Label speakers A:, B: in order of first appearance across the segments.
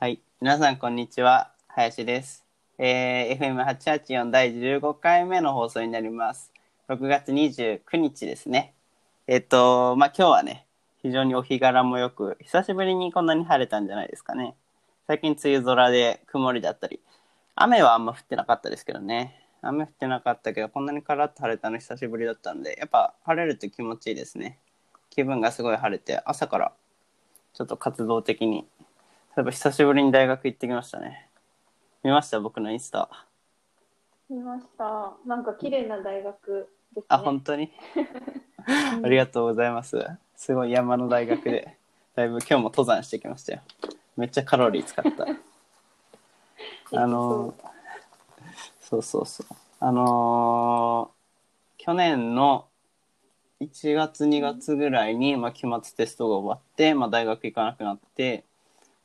A: はい。皆さん、こんにちは。林です。えー FM884 第15回目の放送になります。6月29日ですね。えっと、まあ、今日はね、非常にお日柄もよく、久しぶりにこんなに晴れたんじゃないですかね。最近、梅雨空で曇りだったり、雨はあんま降ってなかったですけどね。雨降ってなかったけど、こんなにカラッと晴れたの久しぶりだったんで、やっぱ晴れると気持ちいいですね。気分がすごい晴れて、朝からちょっと活動的に例えば久しぶりに大学行ってきましたね。見ました僕のインスタ。
B: 見ました。なんか綺麗な大学ですね。
A: あ、本当にありがとうございます。すごい山の大学で、だいぶ今日も登山してきましたよ。めっちゃカロリー使った。あのーそうそうそう。あのー去年の1月2月ぐらいに、まあ、期末テストが終わって、まあ、大学行かなくなって、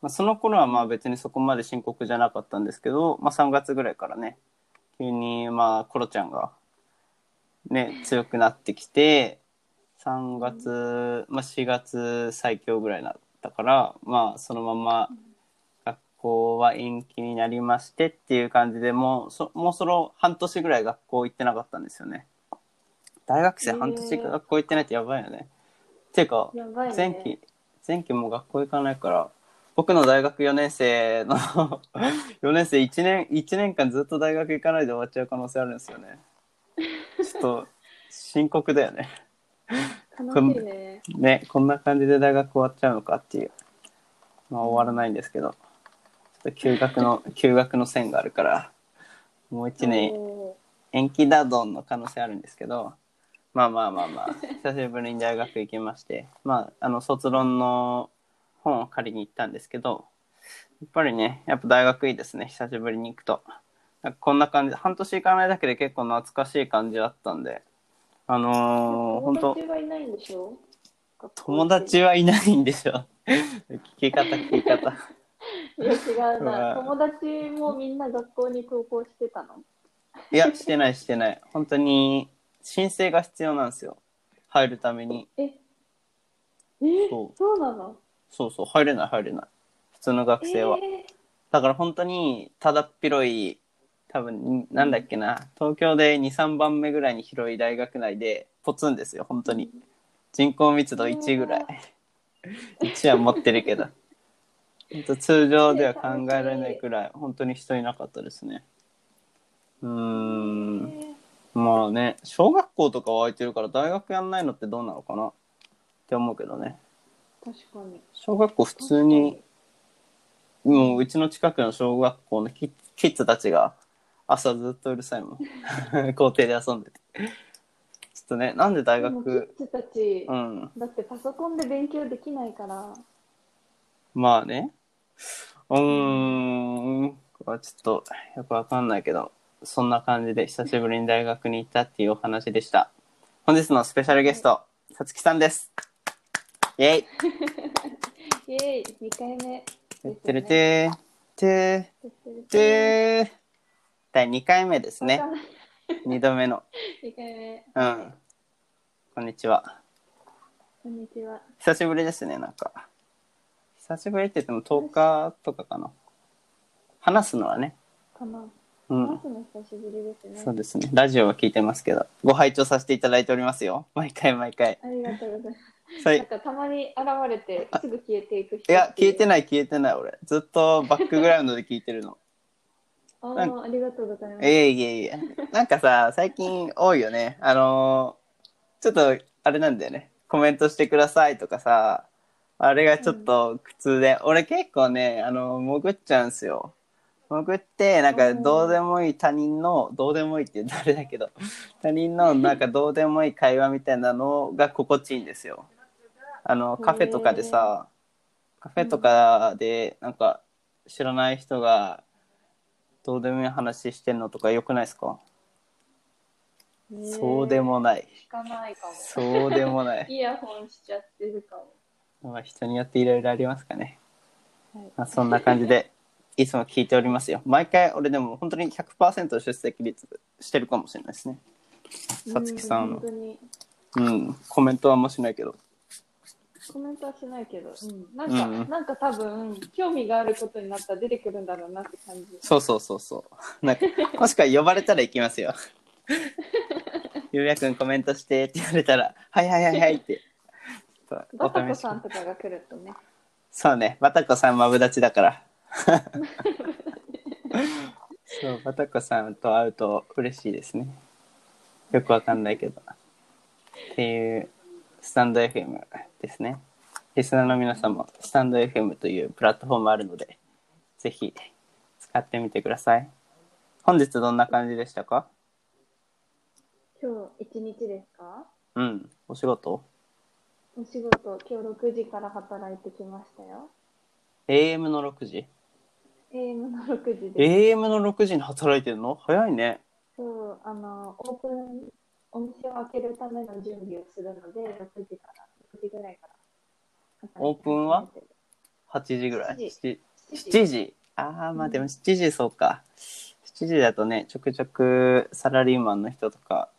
A: まあ、その頃はまあ別にそこまで深刻じゃなかったんですけど、まあ、3月ぐらいからね急にまあコロちゃんがね強くなってきて3月、まあ、4月最強ぐらいになったから、まあ、そのまま学校は延期になりましてっていう感じでもうそもうその半年ぐらい学校行ってなかったんですよね大学生半
B: へ
A: 年
B: え
A: 学校行ってないってやばいよね、っていうか
B: やばいね。
A: 前期前期もう学校行かないから僕の大学4年生の 4年生1年1年間ずっと大学行かないで終わっちゃう可能性あるんですよねちょっと深刻だよね
B: 楽しいね。
A: ねこんな感じで大学終わっちゃうのかっていうまあ終わらないんですけどちょっと休学の休学の線があるからもう1年
B: お
A: 延期だどんの可能性あるんですけどまあまあまあまあ久しぶりに大学行きましてまああの卒論の本を借りに行ったんですけどやっぱりねやっぱ大学いいですね久しぶりに行くとなんかこんな感じ半年行かないだけで結構懐かしい感じだったんであ
B: ー
A: のー、本当
B: 友達はいないんでしょ
A: 友達はいないんでしょ聞き方聞き方
B: いや違うな。
A: う
B: 友達もみんな学校に高校してたの。
A: いやしてないしてない本当に申請が必要なんですよ入るために
B: ええ
A: そう
B: そうなの
A: そうそう入れない入れない普通の学生は、
B: え
A: だから本当にただっ広い多分なんだっけな東京で23番目ぐらいに広い大学内でポツンですよ本当に人口密度1ぐらい1は持ってるけど本当通常では考えられないくらい本当に人いなかったですねうー
B: ー
A: んまあね小学校とかは空いてるから大学やんないのってどうなのかなって思うけどね
B: 確かに。
A: 小学校普通にもううちの近くの小学校のキッキッズたちが朝ずっとうるさいもん 校庭で遊んでてちょっとねなんで大
B: でもキッ
A: 学
B: ズたち、
A: うん
B: だってパソコンで勉強できないから。
A: まあねうーんこれはちょっとよくわかんないけどそんな感じで久しぶりに大学に行ったっていうお話でした本日のスペシャルゲストさつきさんですイェイ
B: イェイ、2回目ですよね。
A: てれてーてー
B: てれて
A: で、第2回目です
B: ー。
A: ね
B: わ。かんない
A: 2度目の。
B: 2回目。
A: うん。こんにちは。
B: こんにちは。
A: 久しぶりですね、なんか。久しぶりって言っても10日とかかな。話すのはね。
B: かな。
A: うん
B: 話。すの久しぶりですね。
A: そうですね。ラジオは聞いてますけど、ご拝聴させていただいておりますよ。毎回毎回。
B: ありがとうございます。
A: さい
B: なんかたまに現れてすぐ消えていく人
A: いや、聞いて
B: ない。
A: ない消えてない、俺。ずっとバックグラウンドで聞いてるの。
B: あ
A: なん
B: ーありがとうございます。
A: いえいえいえ。なんかさ、最近多いよね。あのーちょっと、あれなんだよね。コメントしてくださいとかさ、あれがちょっと苦痛で、俺結構ね、あのー潜っちゃうんすよ。潜って、なんか、
B: うん
A: どうでもいい他人の、どうでもいいって言うとあれだけど、他人の、なんか、どうでもいい会話みたいなのが心地いいんですよ。あの、カフェとかでさ、カフェとかで、なんか、知らない人が、どうでもいい話してんのとかよくないですか、
B: ねえ
A: そうでもない。
B: 聞かないかも。
A: そうでもない。
B: イヤホンしちゃってるかも。
A: まあ人によっていろいろありますかね。
B: はい
A: まあ、そんな感じで、いつも聞いておりますよ。毎回俺でも本当に100%出席率してるかもしれないですね。さつきさん
B: う
A: の
B: 本当に
A: うん、コメントはあんましないけど。
B: コメントはしないけど、うん、なんか、
A: うんうん
B: なんか多分、興味があることになったら出てくるんだろうなって感じ。
A: そうそうそうそう。なんか、もしくは呼ばれたら行きます よ。ゆうやくんコメントしてって言われたら、はいはいはいはいって。ちょっと
B: バ
A: お
B: タコ
A: 試し
B: さんとかが来るとね。
A: そうね、バタコさんマブダチだから。 そう、バタコさんと会うと嬉しいですね。よくわかんないけど。っていう、スタンド FM ですね。リスナーの皆さんも、スタンド FM というプラットフォームあるので、ぜひ使ってみてください。本日どんな感じでしたか
B: 今日一日ですか
A: うん、お仕事
B: お仕事、今日6時から働いてきましたよ。
A: ?AM の6時
B: AM の6時です。
A: ?AM の6時に働いてるの早いね。
B: そう、あの、オープン、お店を開けるための準備をするので、6時から、6時ぐらいから働いてます。
A: オープンは8時ぐらい
B: 7時
A: 7
B: 7
A: 7
B: 時
A: 時ああまあでも7時そうか7時だとねちょくちょくサラリーマンの人とか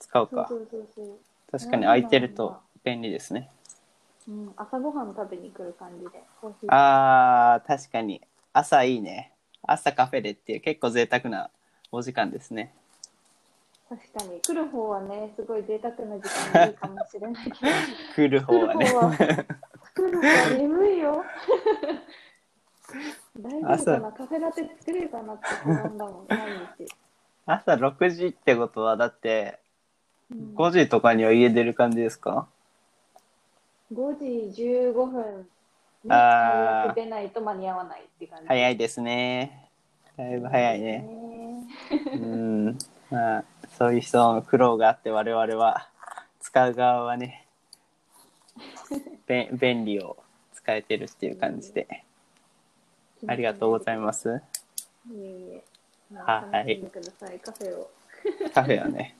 A: 使う
B: そう
A: か
B: そうそうそう。
A: 確かに空いてると便利ですね
B: うん、朝ごはん食べに来る感じで、コーヒー。
A: あー確かに朝いいね朝カフェでっていう結構贅沢なお時間ですね
B: 確かに。来る方はね、すごい贅沢な時間でいいかもしれないけど、
A: 来る方はね
B: 来る方は来る方は眠いよ。大丈夫かなカフェラテ作れるかなって不安だもん、毎日。
A: 朝6時ってことはだって
B: うん
A: 5時とかには家出る感じですか
B: 5時15分に
A: あー
B: 早く出ないと間に合わないって感じ。
A: 早いですねだいぶ早いね、うん、まあ、そういう人の苦労があって我々は使う側はねべ便利を使えてるっていう感じでありがとうござい
B: ま
A: ます
B: す。いえいえ。
A: はい
B: 楽しんでください。カフェを。
A: カフェはね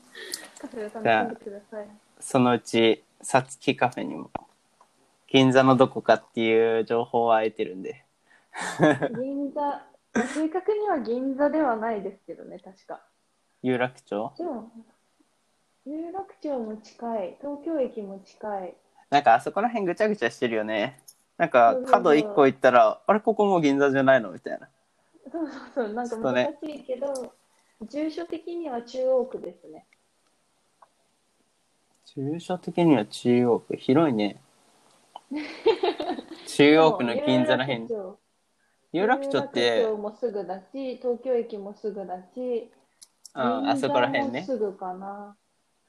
B: カフェを楽しんでください。
A: そのうちさつきカフェにも銀座のどこかっていう情報は得てるんで
B: 銀座、まあ正確には銀座ではないですけどね、確か。
A: 有楽町
B: でも、有楽町も近い、東京駅も近い。
A: なんかあそこら辺ぐちゃぐちゃしてるよねなんか角1個行ったらあれここもう銀座じゃないのみたいな
B: そうそうそう、なん
A: ち
B: か
A: ょっとね
B: 難しいけど、住所的には中央区ですね。
A: 住所的には中央区広い ね中央区の銀座らへん
B: でも
A: 有楽町って
B: 有楽町もすぐだし、東京駅もすぐだし、
A: うん、あそこらへん
B: 銀
A: ね
B: 座もすぐかな。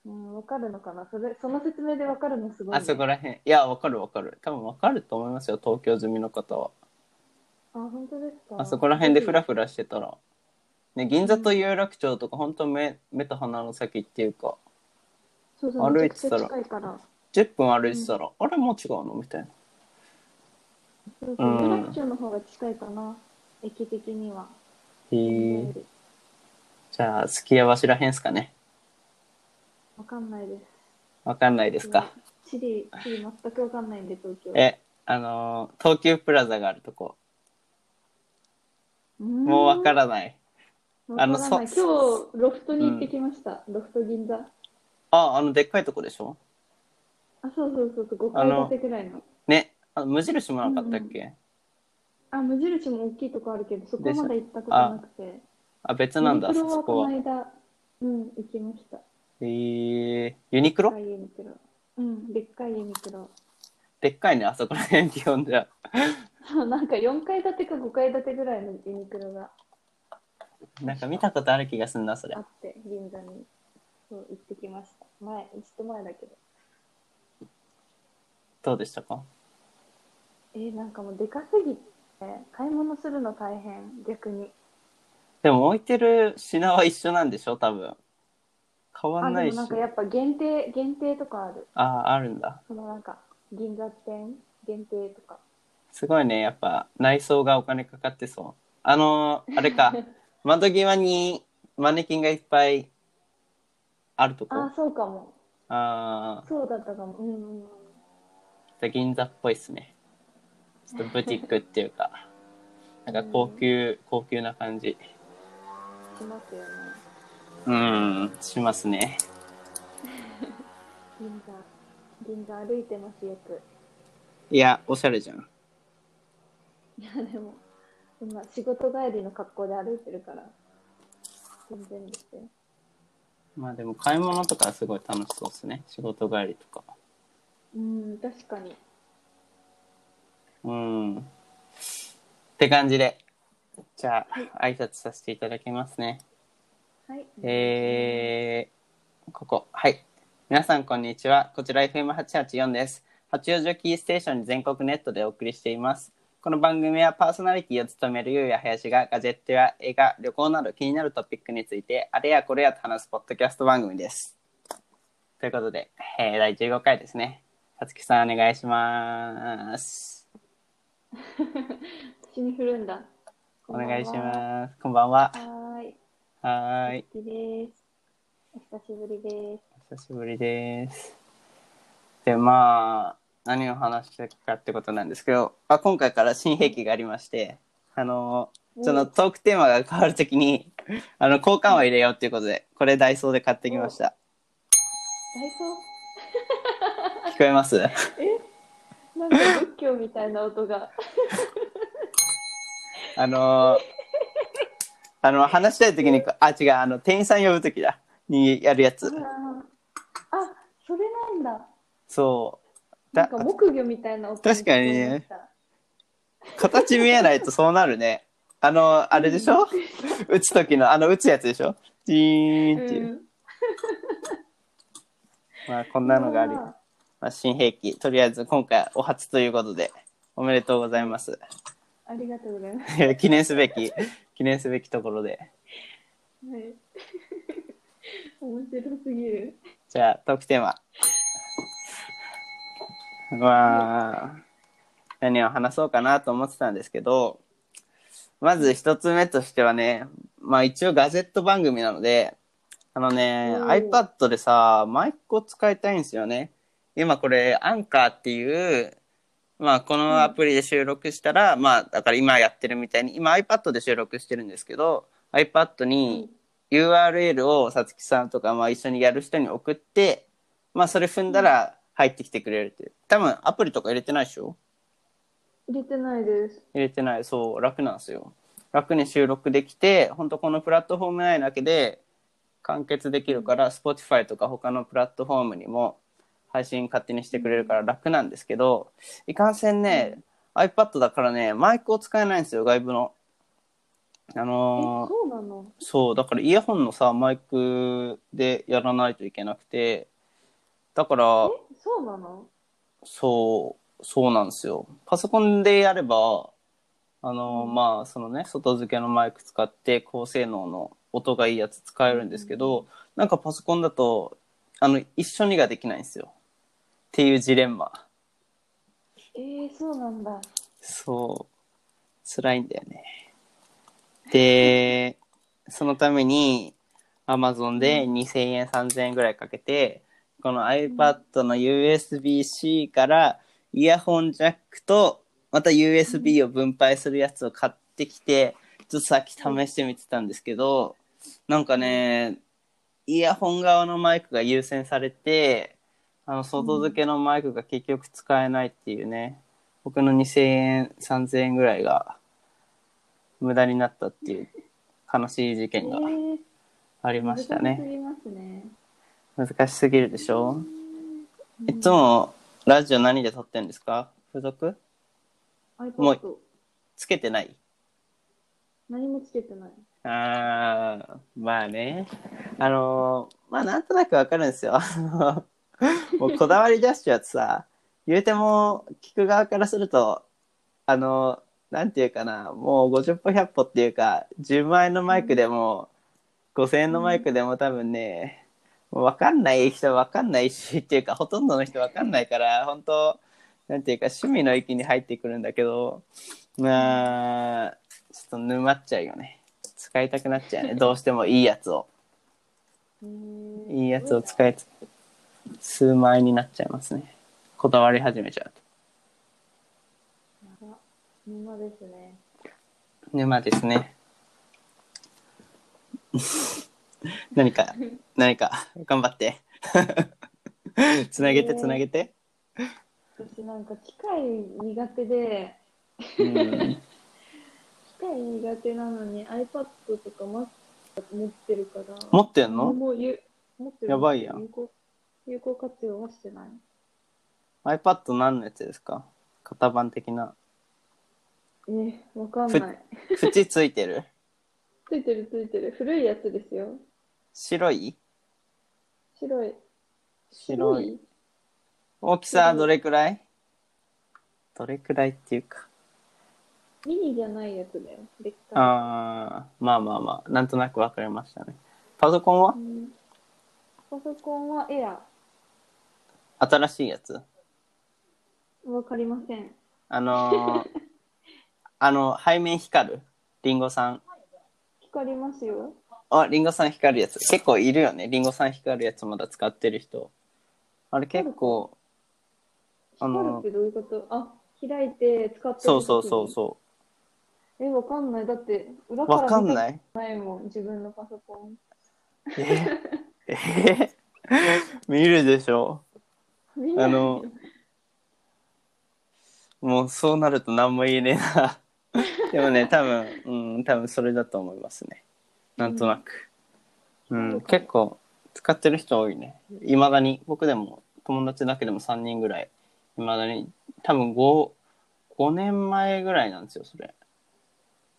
B: うん、わかるのかなそれその説明でわかるのすごい、ね。
A: あそこらへんいやわかるわかる多分わかると思いますよ東京済みの方は
B: あ、本当ですか。
A: あそこらへんでフラフラしてたら、ね、銀座と有楽町とか本当目目と鼻の先っていうか
B: そうそう
A: 歩いてたら
B: めちゃくちゃ近いから。
A: 10分歩いてたら、あれもう違うのみたいな
B: そうそう
A: うん
B: 有楽町の方が近いかな、駅的には。
A: へえじゃあすき家橋らへんっすかね
B: わかんないです。
A: わかんないですか、
B: 地理、地理全くわかんないんで、東京。
A: えあのー東急プラザがあるとこもうわ
B: わ
A: かららない
B: ん
A: あの
B: わからない
A: そ
B: 今日、ロフトに行ってきました。ロフト銀座。あ、
A: ああのでっかいとこでしょ
B: そうそうそうそう、5
A: あの
B: 階建てくらいの。
A: ねあの無印もなかったっけ、
B: あ無印も大きいとこあるけど、そこまで行ったことなくて。
A: あ別なんだ
B: ユニクロ
A: そこ
B: はこ
A: は
B: の間、うん、行きました。
A: えー、ユニク
B: で
A: ロ
B: っかいユニクロ。うん、でっかいユニクロ。
A: でっかいね、あそこら辺基本じゃ。
B: そう、なんか4階建てか5階建てぐらいのユニクロが。
A: なんか見たことある気がすんな、それ
B: あ。って銀座にそう行ってきました前ちょっと前だけど
A: どうでしたか
B: えー、なんかもうでかすぎて買い物するの大変逆に
A: でも置いてる品は一緒なんでしょ多分。変わ
B: あ
A: んな
B: で
A: いし。
B: もなんかやっぱ限定限定とかある
A: ああ、あるんだ。
B: そのなんか銀座店限定とか
A: すごいね、やっぱ内装がお金かかってそう。あのーあれ か、窓際にマネキンがいっぱいあるとこ。
B: あ
A: あ
B: そうかも
A: あー、
B: そうだったかもうんうんう
A: じ
B: ん
A: ゃあ銀座っぽいっすね。ちょっとブティックっていうか、 なんか高級、高級な感じ。
B: しますよね
A: うん、しますね。
B: 銀座銀座歩いてますよく
A: いや、おしゃれじゃん。
B: いやでも今仕事帰りの格好で歩いてるから全然ですよ
A: まあでも買い物とかはすごい楽しそうですね。仕事帰りとか。
B: うん確かに
A: うん。って感じで、じゃあ、挨拶させていただきますね。
B: はい
A: えー、ここ、はい。皆さん、こんにちは。こちら FM884 です。八王子をキーステーションに全国ネットでお送りしています。この番組はパーソナリティを務めるゆうや林がガジェットや映画、旅行など気になるトピックについて、あれやこれやと話すポッドキャスト番組です。ということで、えー第15回ですね。さつきさん、お願いします。
B: 私に振るんだ
A: お願いし
B: す
A: ます。こんばんは。
B: はーい
A: はーい。
B: 好きですお久しぶりです
A: 久しぶりです。で、まあ、何を話していくかってことなんですけど、まあ、今回から新兵器がありまして、あの、そのトークテーマが変わるときに、あの、交換を入れようっていうことで、これダイソーで買ってきました。
B: 大
A: 聞こえます
B: 層なんか仏教みたいな音 が
A: あの、あの、話したいときに、あ、違う、あの、店員さん呼ぶときだ、にやるや
B: あ
A: つ。
B: それなんだ
A: そう。
B: なん
A: だ
B: か木魚みたいな音
A: 確かにね形見えないとそうなるね。あの、あれでしょ打つ時の、あの、打つやつでしょジーンっていう。まあ、こんなのがあるよ。まあ、新兵器、とりあえず今回お初ということで、おめでとうございます。
B: ありがとうございます、
A: 記念すべき、記念すべきところで。
B: はい、 面白すぎる
A: じゃあ、トークテーマ。まあ、何を話そうかなと思ってたんですけど、まず一つ目としてはね、まあ一応ガジェット番組なので、あのね、
B: おー
A: iPad でさ、マイクを使いたいんですよね。今これ、アンカーっていう、まあこのアプリで収録したら、まあだから今やってるみたいに、今 iPad で収録してるんですけど、iPad に URL をさつきさんとか、まあ、一緒にやる人に送って、まあ、それ踏んだら入ってきてくれるっていう。多分、アプリとか入れてないでしょ
B: 入れてないです
A: 入れてない。そう、楽なんですよ。楽に収録できて、本当このプラットフォーム内だけで完結できるから、Spotify とか他のプラットフォームにも配信勝手にしてくれるから楽なんですけど、いかんせんね、iPad だからね、マイクを使えないんですよ、外部の。あ
B: え
A: のー
B: そうなの
A: そう、だからイヤホンのさ、マイクでやらないといけなくて、だから
B: え、そうなの
A: そう、そうなんですよ。パソコンでやれば、あの、まあ、そのね、外付けのマイク使って、高性能の音がいいやつ使えるんですけど、なんかパソコンだと、あの、一緒にができないんですよ。っていうジレンマ。
B: えー、そうなんだ
A: そう。辛いんだよね。で、そのために、アマゾンで2000円、3000円ぐらいかけて、この iPad の USB-C からイヤホンジャックと、また USB を分配するやつを買ってきて、ちょっとさっき試してみてたんですけど、なんかね、イヤホン側のマイクが優先されて、あの、外付けのマイクが結局使えないっていうね。僕の2000円3000円ぐらいが無駄になったっていう悲しい事
B: え
A: 件が
B: ー、
A: ありました
B: 難しす
A: ね
B: ぎますね
A: 難しすぎるでしょ
B: うん
A: いつもラジオ何で撮ってんですか付属
B: iPad
A: もうつけてない
B: 何もつけてない
A: あーまあねあのーまあなんとなくわかるんですよあ のもうこだわり出しちゃってさ言うても聞く側からするとあのなんていうかなもう50歩100歩っていうか10万円のマイクでも5000円のマイクでも多分ねもうわかんない人わかんないしっていうかほとんどの人わかんないから本当なんていうか趣味の域に入ってくるんだけどまあちょっと沼っちゃうよね使いたくなっちゃうねどうしてもいいやつを
B: えー
A: いいやつを使いつ数万円になっちゃいますねこだわり始めちゃうと
B: やば沼ですね
A: 沼ですね。 何か、 何か、頑張って。つなげて、つなげて。
B: 私なんか機械苦手で、
A: うん、
B: 機械苦手なのに iPad とか Mac 持ってるから、
A: 持ってんの
B: もうゆ持ってる
A: やばいやん
B: 有効有効活用はしてない。
A: ?iPad 何のやつですか型番的な。
B: え、わかんない。
A: 縁ついてる
B: ついてるついてる。古いやつですよ。
A: 白い
B: 白い。
A: 白い。大きさはどれくらいどれくらいっていうか。
B: ミニじゃないやつだよ。でっか。
A: あーまあまあまあ、なんとなくわかりましたね。パソコンはい
B: うんパソコンはエア。
A: 新しいやつ
B: わかりません。
A: あの ーあの、背面光るリンゴさん。
B: 光りますよ。
A: あ、リンゴさん光るやつ。結構いるよね。リンゴさん光るやつまだ使ってる人。あれ結構、あ
B: 光る
A: の
B: ってどういうことあ、開いて使ってる時に
A: そうそうそうそ
B: え、わかんない。だって、裏
A: う。わかん
B: い。
A: ない
B: ないもん、自分のパソコン。
A: ええ見るでしょ。
B: 見ない
A: あの、もうそうなると何も言えねえな。 でもね、多分、うん、多分それだと思いますね。なんとなく。うん、
B: そうか
A: 結構使ってる人多いね。いまだに、僕でも友達だけでも3人ぐらい、いまだに、多分5、5年前ぐらいなんですよ、それ。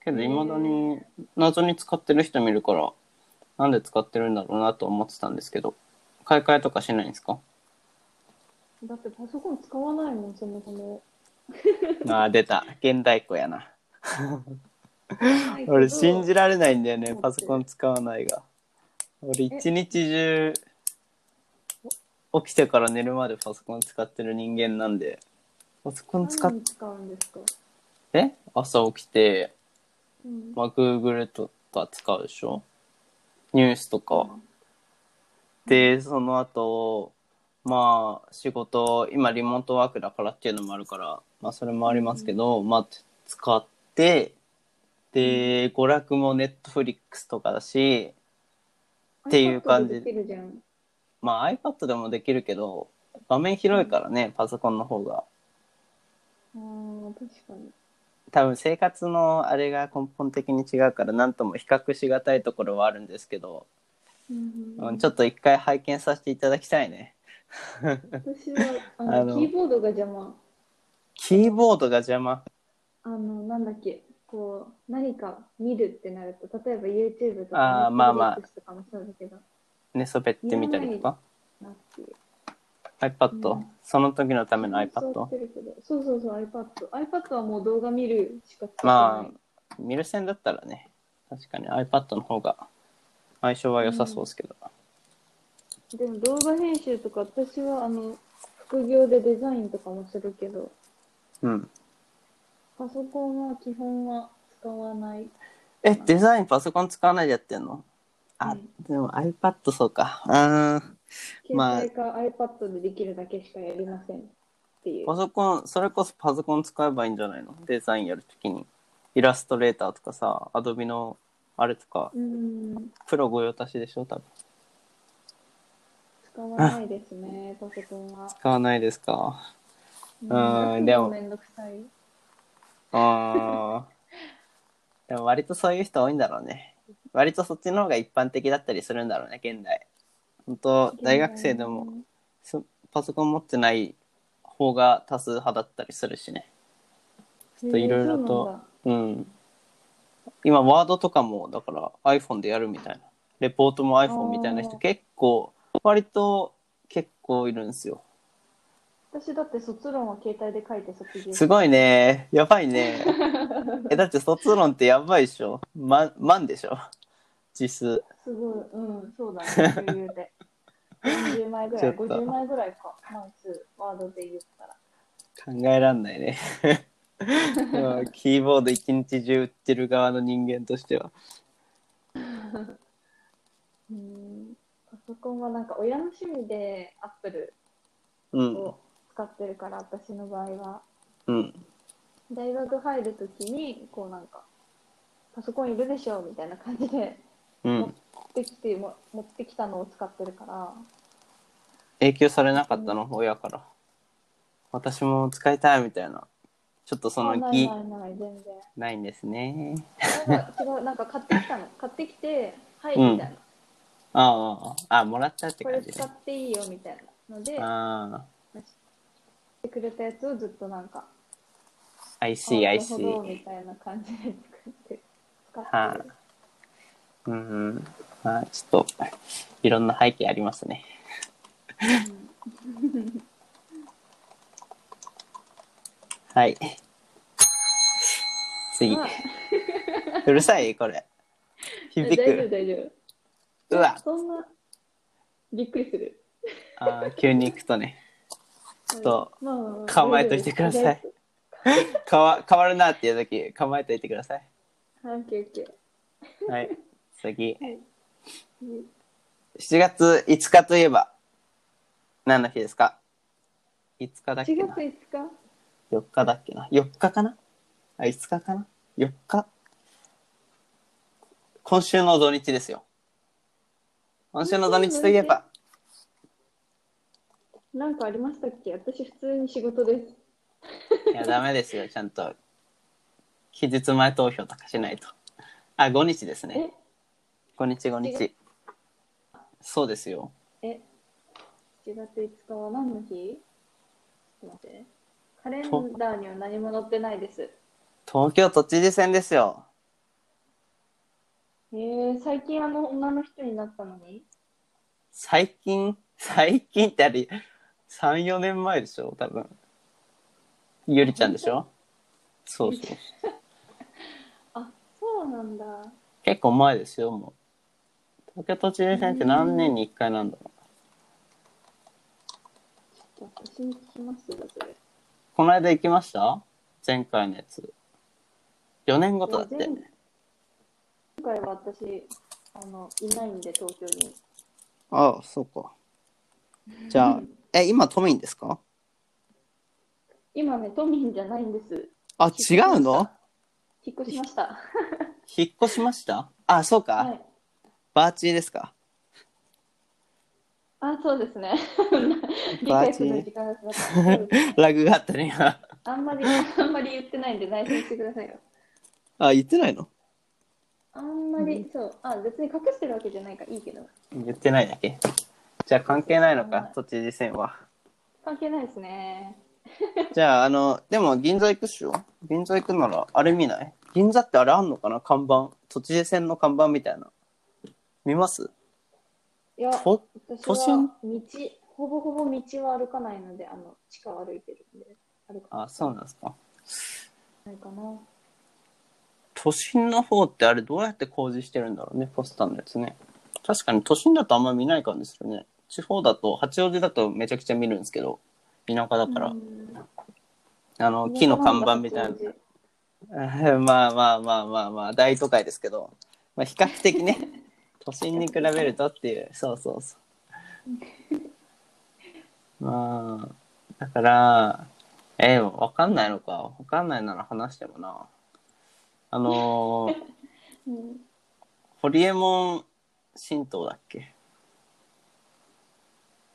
A: けど、いまだに謎に使ってる人見るから、なんで使ってるんだろうなと思ってたんですけど、買い替えとかしないんですか
B: だってパソコン使わないもん、そもそも。
A: ああ、出た。現代っ子やな。
B: ない
A: 俺、
B: けど
A: 信じられないんだよね。パソコン使わないが。俺、一日中、起きてから寝るまでパソコン使ってる人間なんで、パソコン使っ
B: 何に使うんですか、
A: て、朝起きて、
B: うん
A: まあ、Google とか使うでしょニュースとか。で、その後、まあ、仕事、今、リモートワークだからっていうのもあるから、まあ、それもありますけど、まあ、使って、で、娯楽もネットフリックスとかだし、っていう感じ
B: iPad でできるじゃん
A: まあ、iPad でもできるけど、画面広いからね、パソコンの方が。
B: あー確かに。
A: 多分生活のあれが根本的に違うから、なんとも比較しがたいところはあるんですけど、
B: うん
A: うん、ちょっと一回拝見させていただきたいね。
B: 私はあの
A: あの
B: キーボードが邪魔。
A: キーボードが邪魔。
B: あの、なんだっけ、こう、何か見るってなると、例えば YouTube と
A: あ
B: か、
A: ーまあまあ
B: Netflix とかもそうだけど、
A: 寝そべってみたりとか。
B: なっていう。
A: iPad、
B: うん
A: その時のための
B: そう
A: iPad
B: してるけどそうそうそう、iPad。iPad はもう動画見るしか使って
A: ま
B: ない。
A: あ見る線だったらね確かに iPad の方が相性は良さそうですけど、
B: でも動画編集とか、私はあの、副業でデザインとかもするけど、
A: うん
B: パソコンは基本は使わない。
A: えデザインパソコン使わないでやってんのあ、
B: うん
A: でも iPad そうかうんまあ
B: 携帯か iPad でできるだけしかやりませんっていう。
A: パソコンそれこそパソコン使えばいいんじゃないのデザインやるときにイラストレーターとかさアドビのあれとか
B: うん、
A: プロ御用達でしょ多分
B: 使わないですね、パソコンは。
A: 使わないですか
B: うん
A: でも
B: めんどくさい。
A: あーでも割とそういう人多いんだろうね。割とそっちの方が一般的だったりするんだろうね、現代。本当大学生でもそパソコン持ってない方が多数派だったりするしね。
B: ち
A: ょっといろいろとうん。今、ワードとかも、だから iPhone でやるみたいな。レポートも iPhone みたいな人
B: あー
A: 結構、割と結構いるんですよ。
B: 私だって卒論は携帯で書いて卒業
A: すごいね。やばいね。え、だって卒論ってやばいでしょ。ま、万でしょ。実数。
B: すごいうんそうだね余裕で40枚ぐらい
A: ちょっと
B: 50枚ぐらいかマンツーワードで言ったら
A: 考えらんないねでもキーボード一日中売ってる側の人間としては
B: うんパソコンはなんか親の趣味でアップル
A: うん
B: を使ってるから、私の場合は
A: うん
B: 大学入るときにこうなんかパソコンいるでしょみたいな感じで
A: うん
B: できても持ってきたのを使ってるから
A: 影響されなかったの親から私も使いたいみたいな。ちょっとそ
B: あ
A: の
B: ない
A: 気
B: ないない全然
A: ないんですね。
B: なんかすごいなんか買ってき たの買ってきてはい
A: うん
B: みたいな、
A: ああああ、あもらったって
B: こ
A: 感
B: れ
A: じ
B: 使
A: ね
B: っ。ていいよみたいなので買っ
A: あ
B: てくれたやつをずっとなんか
A: あ、I
B: あ
A: see,
B: な
A: I
B: るほ
A: see.
B: どみたいな感じで作って使ってる、
A: はいうんうん。まあ、ちょっと、いろんな背景あります ね。はい。次。
B: あ
A: うるさいこれ。
B: 大
A: 響
B: 丈夫
A: く。
B: 大丈夫
A: うわ
B: そんなびっくりする
A: あー急に行くとね。
B: ち
A: ょっと
B: まあまあまあ
A: 構えといてください変わ変わるなっていう時、構えておいてください。
B: オッケーオッケー
A: はい。次。
B: はい
A: 7月5日といえば、何の日ですか ?5 日だっけ
B: 4
A: な
B: 月5日
A: ?4 日だっけな ?4 日かなあ、5日かな ?4 日今週の土日ですよ。今週の土日といえば、
B: なんかありましたっけ私普通に仕事です
A: いや、ダメですよ、ちゃんと。期日前投票とかしないと。あ、5日ですね。5日、5
B: 違
A: 日。そうですよ。
B: ええ7月5日は何の日ちょっと待ってカレンダーには何も載ってないです
A: 東京都知事選ですよ。
B: えー、最近あの女の人になったのに
A: 最近、最近ってあれ、3、4年前でしょ、多分。ゆりちゃんでしょそうそう。
B: あそうなんだ
A: 結構前ですよ、もう。東京都知事選って何年に1回なんだろう。
B: ちょっと私に聞きますよそれ
A: この間行きました前回のやつ。4年ごとだって。
B: いや今回は私あのいないんで東京に
A: ああ、そうか。じゃあ、え、今都民ですか
B: 今ね都民じゃないんです
A: あ、違うの
B: 引っ越しました
A: 引っ越しましたあ、そうか。
B: はい
A: バーチーですか
B: あそうですね理
A: バ
B: 解
A: ー チ
B: す
A: ー
B: る時間がかかったそう です
A: ラグがあったね、今。
B: あんまりあんまり言ってないんで内緒にしてくださいよ
A: あ、言ってないの
B: あんまり、そうあ別に隠してるわけじゃないからいいけど
A: 言ってないだけ。じゃあ関係ないの
B: は
A: か
B: い、
A: 都知事選は。
B: 関係ないですね
A: じゃあ、あの、でも銀座行くっしょ銀座行くなら、あれ見ない銀座ってあれあんのかな看板。都知事選の看板みたいな。見ます
B: いや
A: と
B: 私
A: 都心
B: は道ほぼほぼ道は歩かないのであの地下を歩いてるんで歩か
A: あ、そうなんですか。
B: ないかな
A: 都心の方ってあれどうやって工事してるんだろうね、ポスターのやつね。確かに都心だとあんま見ない感じするね。地方だと、八王子だとめちゃくちゃ見るんですけど、田舎だから、あの、木の看板みたいな。うん まあまあまあまあまあ大都会ですけど、まあ、比較的ね都心に比べるとっていうそうそうそうまあだからえー、わかんないのかわかんないなら話してもなあのー
B: うん
A: ホリエモン神道だっけ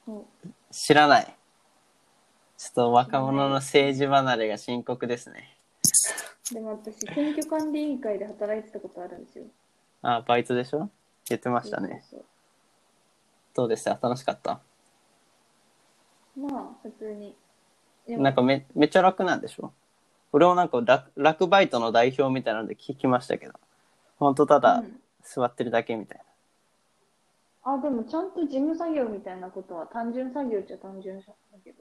B: そう
A: 知らないちょっと若者の政治離れが深刻ですね
B: でも私、選挙管理委員会で働いてたことあるんですよ。
A: あバイトでしょ言ってましたね
B: そう
A: どうでした楽しかった
B: そうまあ、普通に。でも
A: なんかめめっちゃ楽なんでしょ俺もなんか楽楽バイトの代表みたいなので聞きましたけどほんとただ
B: うん
A: 座ってるだけみたい
B: あ、でもちゃんと事務作業みたいなことは、単純作業っちゃ単純作業だけ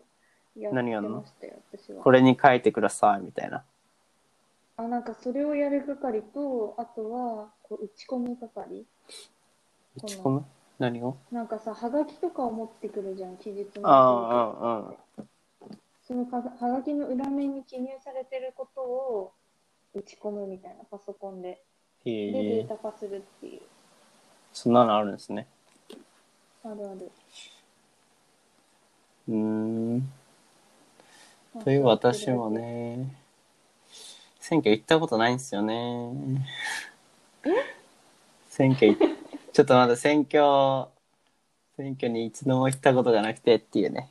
B: ど、
A: 何や
B: っ
A: ん
B: て
A: の
B: ましたよ、私
A: な
B: は
A: こ。れに書いてくださいみたいな
B: あ、なんかそれをやる係と、あとは、こう打ち込む係。
A: 打ち込む何を
B: なんかさ、はがきとかを持ってくるじゃん、期日の。
A: ああうんうん
B: そのかはがきの裏面に記入されてることを打ち込むみたいな、パソコンで。で、
A: へ
B: デ
A: え
B: ータ化するっていう。
A: そんなのあるんですね
B: あるある。
A: うーんという私も。ね選挙行ったことないんですよね選挙いちょっとまだ選挙選挙に一度も行ったことがなくてっていうね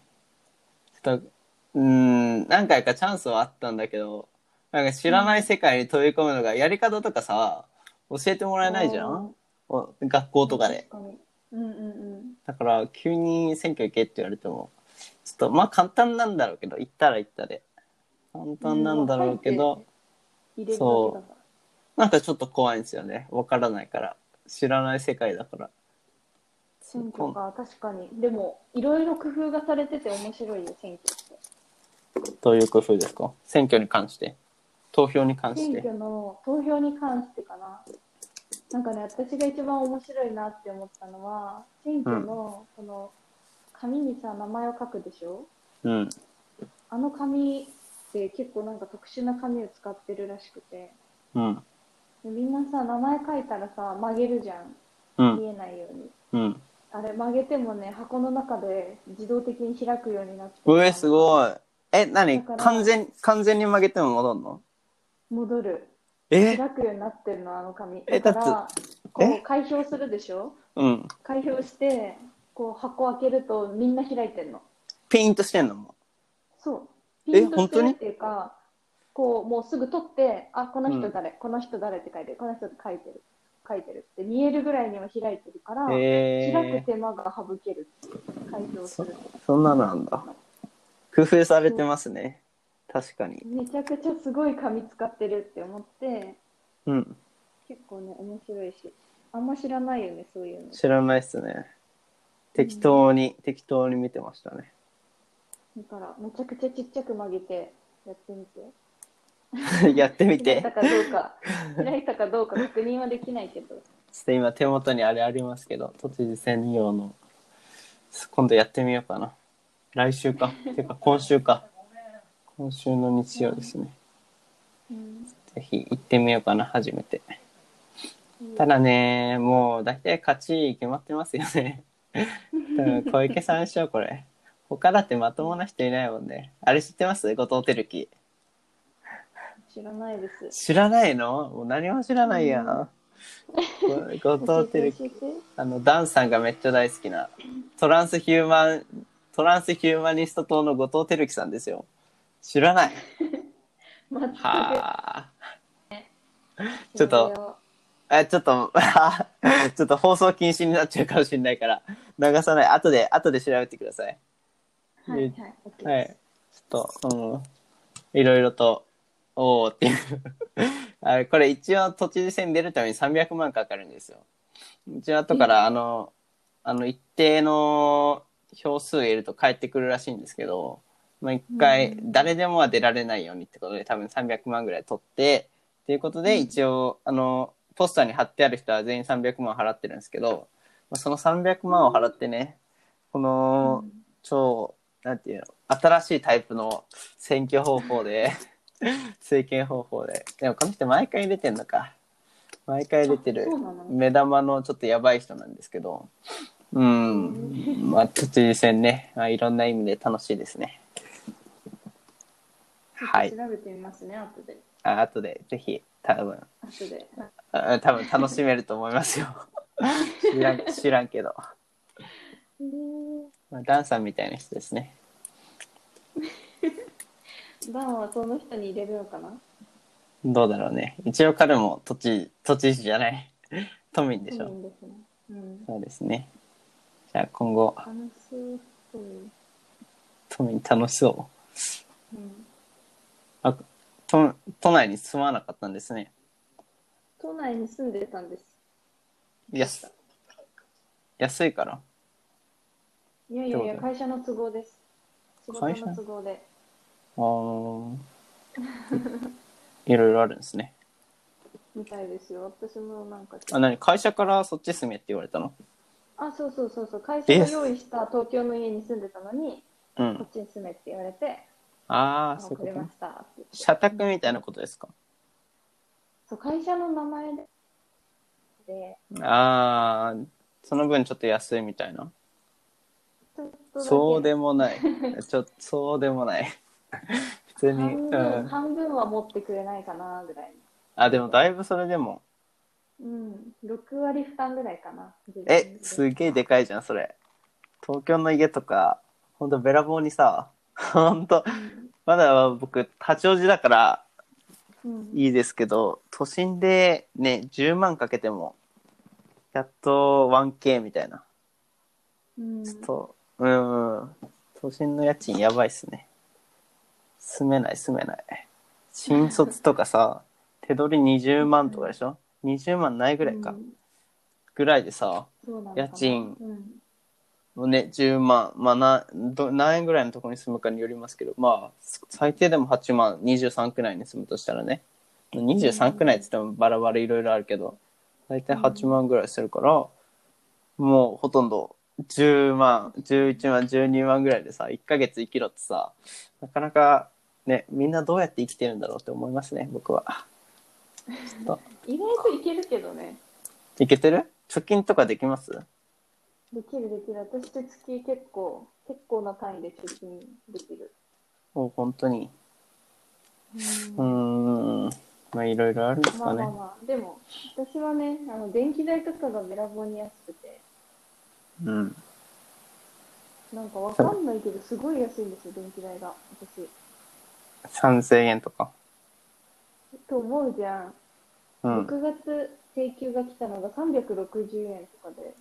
A: ちょっとうん、何回かチャンスはあったんだけど、なんか知らない世界に飛び込むのが、やり方とかさ、教えてもらえないじゃんお学校とかで。
B: 確かに。うんうんうん。
A: だから、急に選挙行けって言われても、ちょっと、まあ簡単なんだろうけど、行ったら行ったで。簡単なんだろうけど、
B: 入れるだけだから。
A: なんかちょっと怖いんですよね。わからないから。知らない世界だから。
B: 選挙か、確かに。でも、いろいろ工夫がされてて面白いよ、選挙って。
A: どういう工夫ですか選挙に関して。投票に関し
B: 選
A: て。
B: 挙の投票に関してかな。なんかね、私が一番面白いなって思ったのは、選挙の、この、紙にさ、名前を書くでしょ
A: うん。
B: あの紙って結構なんか特殊な紙を使ってるらしくて、
A: うん。
B: でみんなさ、名前書いたらさ、曲げるじゃん。
A: うん。
B: 見えないように。
A: うん。
B: あれ曲げてもね、箱の中で自動的に開くようになって
A: うえ、すごい。え、何
B: だから
A: 完全、完全に曲げても戻んの
B: 戻る。
A: え
B: 開くようになってるの、あの紙。
A: え
B: だから、こ
A: え
B: う開票するでしょ
A: うん。
B: 開票して、こう箱開けるとみんな開いてるの。
A: ピンとしてんのも
B: そう。
A: え
B: ピンとし
A: 本
B: て
A: 当
B: る
A: に
B: っていうか、こう、もうすぐ取って、あ、この人誰、この人誰って書いてる、この人って書いてる、書いてるって見えるぐらいには開いてるから、
A: う。え
B: 開く
A: ー、
B: 手間が省けるっていう開票する。
A: そんなのなんだ。工夫されてますね。確かに。
B: めちゃくちゃすごい紙使ってるって思って、
A: うん。
B: 結構ね、面白いし、あんま知らないよね、そういうの。
A: 知らないっすね。適当に、適当に見てましたね。
B: だから、めちゃくちゃちっちゃく曲げて、やってみて。
A: やってみ
B: 開
A: て
B: いた。かどうか、開いたかどうか確認はできないけど。
A: ちょっと今手元にあれありますけど、都知事選用の、今度やってみようかな。来週か。てか今週か。今週の日曜ですね。
B: うん
A: ぜひ行ってみようかな、初めて。ただね、もう大体勝ち決まってますよね。多分小池さんでしょ、これ。他だってまともな人いないもんね。あれ知ってます後藤輝樹。
B: 知らないです。
A: 知らないのもう何も知らないやん。後
B: 教
A: 藤
B: えて
A: 輝
B: 教
A: 樹。
B: えて
A: あの、ダンさんがめっちゃ大好きな、トランスヒューマン、トランスヒューマニスト党の後藤輝樹さんですよ。知らない。
B: 待って
A: はあ。
B: ち
A: ち
B: ょ
A: ょっ
B: っと
A: と。え、ちょっと、 ちょっと放送禁止になっちゃうかもしれないから、流さない。後で、後で調べてください。
B: はいはい。OK
A: は
B: で
A: い。ちょっと、うん。いろいろと、おーっていう。あれ、これ一応都知事選出るために300万かかるんですよ。一応後から、あの、あの、一定の票数入れると返ってくるらしいんですけど、まあ、一回、誰でもは出られないようにってことで、多分300万ぐらい取って、っていうことで、一応、あの、ポスターに貼ってある人は全員300万払ってるんですけど、まあ、その300万を払ってね、この、超、なんていうの、新しいタイプの選挙方法で、 政権方法で。でもこの人毎回出てんのか。毎回出てる
B: あそうなの
A: 目玉のちょっとやばい人なんですけど、うん、まあ、都知事選ね、まあ、いろんな意味で楽しいですね。
B: す。
A: は
B: ち
A: い
B: ょ。っと調べてみますね、後で。
A: あ後で、ぜひ、多分、
B: 後で。
A: あ多分楽しめると思いますよ。 知らん、知らんけど。まあ、ダンさんみたいな人ですね。
B: ダンはその人に入れるのかな
A: どうだろうね。一応彼も都知、都知事じゃない。都民でしょ。
B: いいんですね。うん。
A: そうですね。じゃあ今後、
B: 楽しそう。
A: 都民楽しそう。
B: うん。
A: あ都都内に住まなかったんですね。
B: 都内に住んでたんです。
A: 安安いから。
B: いやいやい
A: ど
B: や、
A: うだ
B: 会社の都合です。仕事
A: 会社
B: の都合で。
A: あー いろいろあるんですね。
B: みたいですよ。私もなんか。
A: あ、何会社からそっち住めって言われたの
B: あ、そうそうそうそう。会社が用意した東京の家に住んでたのに、
A: う
B: こ
A: ん
B: っ。ちに住めって言われて、
A: ああ、
B: あ
A: そういう
B: く
A: こ
B: れ
A: と
B: ま
A: ね。
B: したって言って。
A: 社宅みたいなことですか
B: そう会社の名前でで
A: ああ、その分ちょっと安いみたいな。
B: ちょっとだけ
A: そうでもない。ちょっと、そうでもない。 普通に。
B: 半分、
A: うん。
B: 半分は持ってくれないかなぐらい
A: あ、でもだいぶそれでも。
B: うん6割負担ぐらいかな
A: え、すげえでかいじゃん、それ。東京の家とか、ほんとべらぼうにさ、 本当まだは僕八王子だから
B: うん、
A: いいですけど都心でね10万かけてもやっと 1K みたいな
B: うん、
A: ちょっとうんうん都心の家賃やばいっすね住めない住めない新卒とかさ手取り20万とかでしょ20万ないぐらいか、
B: うん
A: ぐらいでさ
B: そうなのかな
A: 家賃
B: うん
A: もうね10万まあなど何円ぐらいのところに住むかによりますけどまあ最低でも8万23区内に住むとしたらね23区内っつってもバラバラいろいろあるけど大体8万ぐらいするから、もうほとんど10万11万12万ぐらいでさ1ヶ月生きろってさなかなかねみんなどうやって生きてるんだろうって思いますね僕は
B: 意外といけるけどね
A: いけてる貯金とかできます
B: できるできる私って月結構結構な単位で貯金できる、
A: もう本当にう
B: う
A: ー
B: ん
A: んまあいろいろあるんです
B: ま
A: か
B: あ
A: ね
B: まあまあでも私はねあの電気代とかがべらぼうに安くて
A: うん
B: なんかわかんないけどすごい安いんですよ電気代が私
A: 3000円とか。
B: と思うじゃん、
A: うん。
B: 6月請求が来たのが360円とか で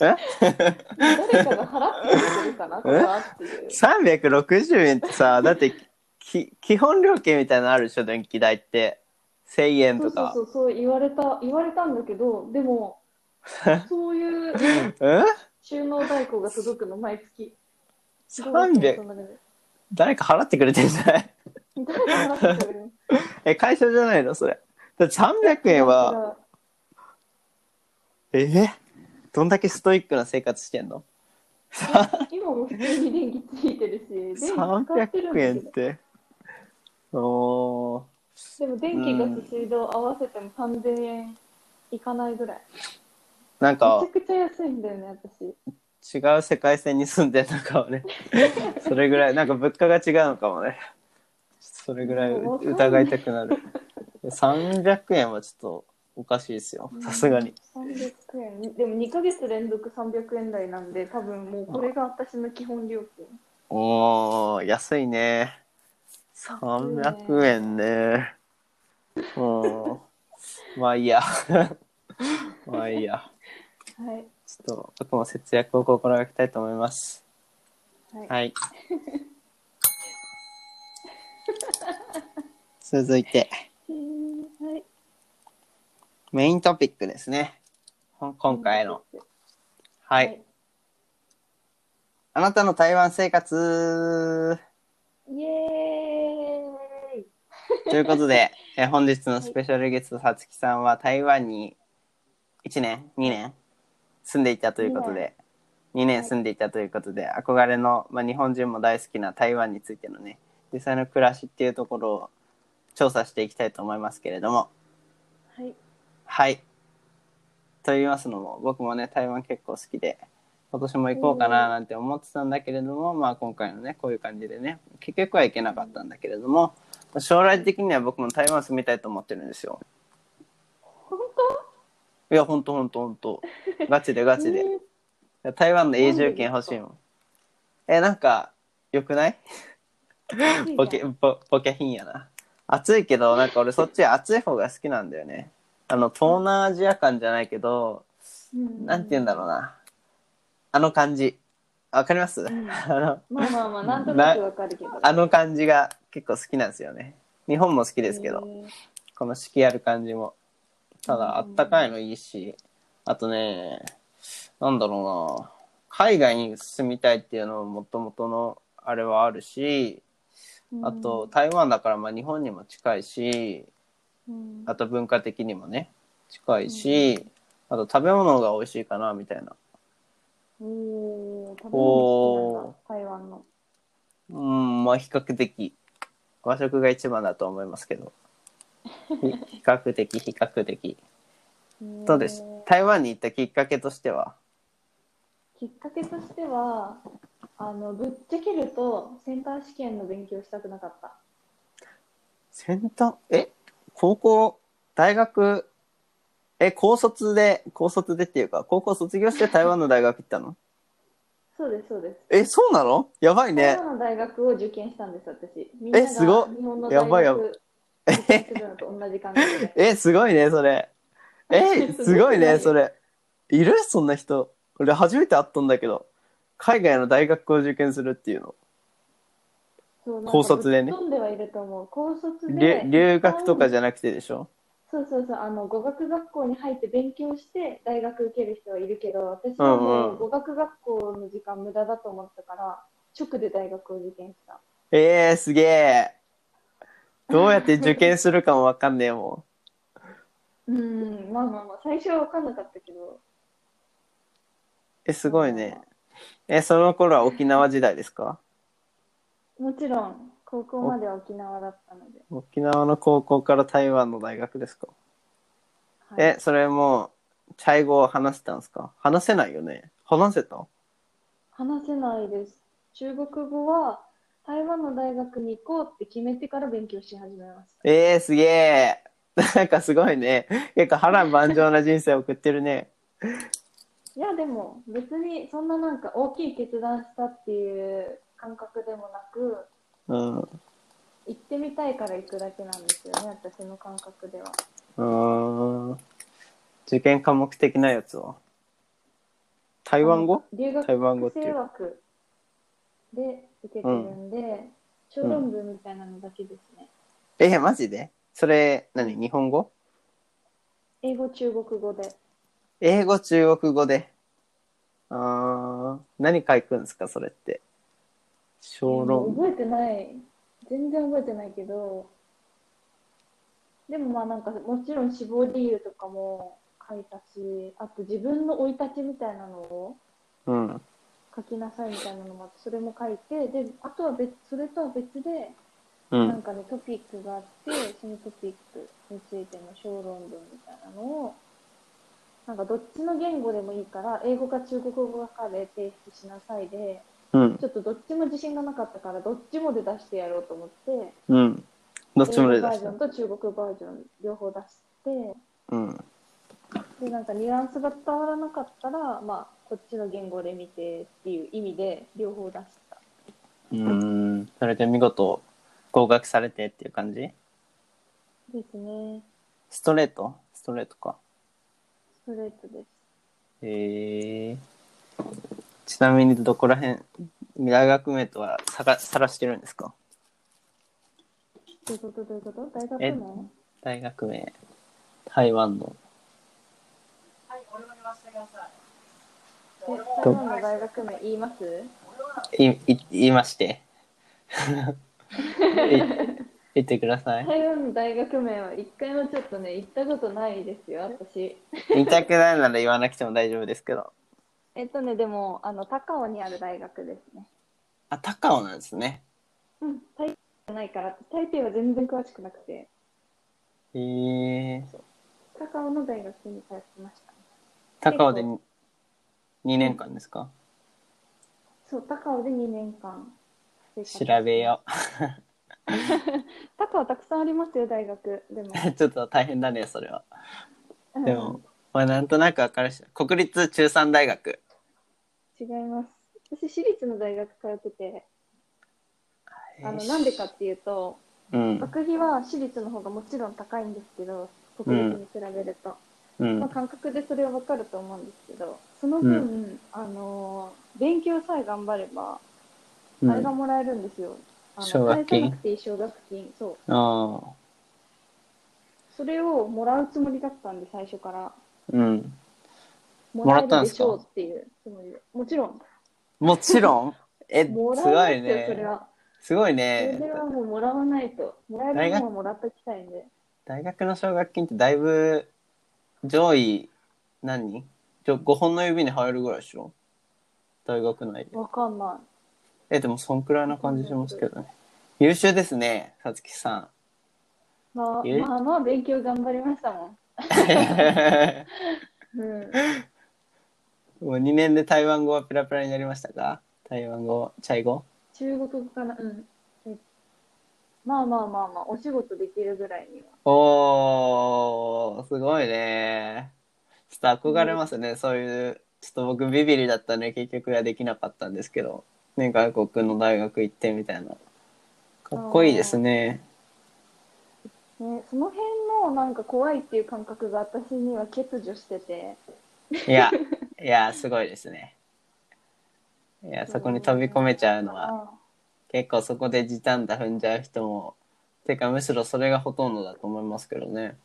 A: え
B: 誰かが払ってくれてるかなとかっていう
A: ?360 円って さ、だってき、基本料金みたいなのあるでしょ、電気代って。1000円と
B: そうそう
A: か
B: そ。うそう言われた言われたんだけどで もそういう
A: うん
B: 収納代行が届くの毎月
A: ?300? 誰か払ってくれてんじゃない
B: 誰が払ってくれる
A: え、会社じゃないのそれ。だって300円は、えどんだけストイックな生活してんの
B: 今も普通に電気ついてるし電気使ってるん
A: ?300
B: だ
A: 円
B: け
A: っ
B: ど
A: て。おー。
B: でも電気ガス水道合わせても3000円いかないぐらい
A: なんか
B: めち、ゃくちゃ安いんだよね私
A: 違う世界線に住んでるのかもね。それぐらい、なんか物価が違うのかもね。それぐらい疑いたくなる。300円はちょっとおかしいですよ。さすがに。
B: 300円でも2ヶ月連続300円台なんで多分もうこれが私の基本料金
A: おー、安いね。300円ね。うん。まあいいや。まあいいや。
B: はい
A: ちょっと僕も節約を心がけたいと思います。
B: はい
A: はい。続いて。
B: えーはい
A: メイントピックですね。ほん今回の。はい。あなたの台湾生活
B: イエーイ
A: ということで、え本日のスペシャルゲスト、さつきさんは台湾に1年、2年住んでいたということで、2年住んでいたということで、憧れの、まあ、日本人も大好きな台湾についてのね、実際の暮らしっていうところを調査していきたいと思いますけれども、
B: はい
A: はい。と言いますのも、僕もね、台湾結構好きで、今年も行こうかななんて思ってたんだけれども、まあ今回のね、こういう感じでね、結局は行けなかったんだけれども、将来的には僕も台湾住みたいと思ってるんですよ。
B: 本
A: いや、ほんとほんとほんと。ガチでガ
B: 当
A: チ
B: え
A: で。
B: ー
A: 台湾の永住権欲しいもん。え、なんか、良くない
B: 暑い
A: ボ
B: じ
A: ケ
B: ゃん
A: ボボケ品やな暑いけどなんか俺そっち暑い方が好きなんだよねあの東南アジア感じゃないけど
B: うん
A: なんて言うんだろうなあの感じわかります、
B: ん
A: あの
B: まあまあまあなんとなくわかるけど
A: あの感じが結構好きなんですよね日本も好きですけど、
B: えー
A: この四季ある感じもただあ
B: うん
A: ったかいのいいしあとねなんだろうな海外に住みたいっていうのももともとのあれはあるし
B: うん
A: あと台湾だからまあ日本にも近いし
B: うん
A: あと文化的にもね近いし、あと食べ物が美味しいかなみたいな
B: おー食べ物好きなんだ台湾の
A: うんまあ比較的和食が一番だと思いますけどひ比較的比較的どうです
B: えー
A: 台湾に行ったきっかけとしては
B: きっかけとしてはあのぶっちゃけるとセンター試験の勉強したくなかった
A: 先端え高校大学え高卒で高卒でっていうか高校卒業して台湾の大学行ったの
B: そうですそうです
A: え、そうなのやばいね
B: 台。湾の大学を受験したんです私みんなが
A: すごっ
B: 日本の
A: や
B: 大
A: ばいや
B: 学
A: え、
B: するのと同じ感覚で
A: えすごいね、それ。え、 すごいね、それ。いるそんな人。俺、初めて会ったんだけど。海外の大学を受験するっていうの。
B: そうなんか
A: 高卒でね
B: ぶっ飛んではいると思う高卒
A: 留
B: で
A: 留学とか
B: じゃ
A: じゃなくてでしょ
B: そうそうそうあの語学学校に入って勉強して大学受ける人はいるけど私はも
A: うんうん
B: う語学学校の時間無駄だと思ったから直で大学を受験した
A: えー、すげえ。どうやって受験するかもわかんねえも
B: うんまあまあまあ最初は分かんなかったけど
A: ん。え、すごいね。え、その頃は沖縄時代ですか
B: もちろん高校までは沖縄だったので、
A: 沖縄の高校から台湾の大学ですか
B: はい
A: え、それもう、チャイ語を話せたんですか話せないよね。話せた
B: 話せないです中国語は台湾の大学に行こうって決めてから勉強し始めました
A: えー、すげえ。なんかすごいね。結構波乱万丈な人生を送ってるね。
B: いやでも別にそんななんか大きい決断したっていう感覚でもなく
A: うん。う
B: 行ってみたいから行くだけなんですよね私の感覚では
A: ーん。受験科目的なやつは。台湾語
B: あの留学
A: 台湾語ってい
B: 生
A: う。
B: 枠で受けてるんで、小論文みたいなのだけですね、
A: えー、マジでそれ、何日本語
B: 英語中国語で
A: 英語、中国語で。あー、何書くんですかそれって。小論文。
B: 覚えてない全然覚えてないけどでもまあなんかもちろん志望理由とかも書いたしあと自分の生い立ちみたいなのを
A: うん。
B: 書きなさいみたいなのもあってそれも書いてであとは別それとは別で
A: う
B: なん
A: ん。
B: かね、トピックがあって、そのトピックについての小論文みたいなのを、なんかどっちの言語でもいいから、英語か中国語かで提出しなさいで、
A: うん。
B: ちょっとどっちも自信がなかったから、どっちもで出してやろうと思って、
A: うん。どっちも
B: 英
A: 例
B: 語
A: 出
B: バー
A: し
B: ジョン
A: た。
B: と中国バージョン両方出して、
A: うん。
B: で、なんかニュアンスが伝わらなかったら、まあ、こっちの言語で見てっていう意味で両方出した。
A: うーん。それで見事、合格されてっていう感じ
B: ですね。
A: ストレートストレートか。
B: ストレートです。
A: へえ。ちなみにどこら辺、大学名とはさがさらしてるんですか
B: どういうことどういうこと大学
A: え
B: の
A: 大学名。台湾の。
B: え台湾の大学名言います
A: い、い、言いま して。い言ってください。
B: 台湾の大学名は一回もちょっとね行ったことないですよ私
A: 言いたくないなら言わなくても大丈夫ですけど。
B: えっとねでもあの高尾にある大学ですね
A: あ、高尾なんですね。
B: うん台北じゃないから台北は全然詳しくなくて
A: へえ。
B: 高尾の大学に通ってました
A: 高尾で2年間ですか
B: そう高尾で2年間
A: 調べよ
B: 高尾たくさんありますよ大学でも
A: う。ちょっと大変だね、それは。
B: うん
A: でも、まあ、なんとなく分かるし、国立中山大学。
B: 違います私私立の大学通っててあのなんでかっていうと
A: うん。
B: 学費は私立の方がもちろん高いんですけど国立に比べると、
A: う
B: ま
A: ん。
B: あ、感覚でそれは分かると思うんですけどその分、
A: う
B: あのー勉強さえ頑張れば
A: うん
B: あれがもらえるんですよ、あの
A: 奨学金
B: 返さなくていい奨学金そう
A: ああ。
B: それをもらうつもりだったんで最初から
A: うん。
B: も
A: ら
B: ら
A: っ
B: え
A: たんで
B: るですし
A: か
B: ょうっていうつもりでもちろん
A: もちろん。 え、す
B: も
A: ご
B: らえ
A: い
B: ますよそれ
A: ね。
B: は、
A: すごい
B: それ
A: ね。
B: はもうもらわないともらえるものはもらっときたいんで
A: 大学の奨学金ってだいぶ上位何、ちょ ?5 本の指に入るぐらいでしょ大学内で。
B: わかんない
A: え、でもそんくらいな感じしますけどね。優秀ですね、さつきさん。
B: まあ
A: え
B: まあまあ勉強頑張りましたもん、うん、
A: もう2年で台湾語はペラペラになりましたか台湾語、チャイ語
B: 中国語かなうんえまあまあまあまあお仕事できるぐらいには
A: おー、すごいね。ちょっと憧れますね、そういうちょっと僕ビビリだったんで結局はできなかったんですけど、ね、外国の大学行ってみたいな。かっこいいですね。
B: ね、その辺もなんか怖いっていう感覚が私には欠如してて、
A: い や、いや、すごいですね。いや、そこに飛び込めちゃうのは、結構そこで時短だ踏んじゃう人も、てかむしろそれがほとんどだと思いますけどね。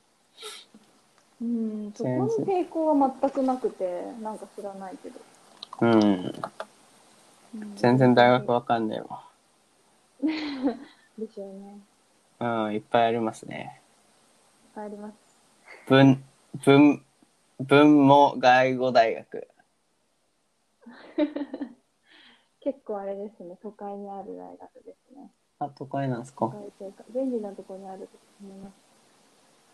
B: うん、そこに抵抗は全くなくて、なんか知らないけど。
A: うん。
B: うん
A: 全然大学わかんねえわ。
B: ですよね。いっ
A: うん、いっぱいありますね。
B: ぱいあります。
A: 文、文、文も外語大学。
B: 結構あれですね、都会にある大学ですね。
A: あ、都会なんです
B: 都
A: か。
B: 会というか、便利なところにあると思いま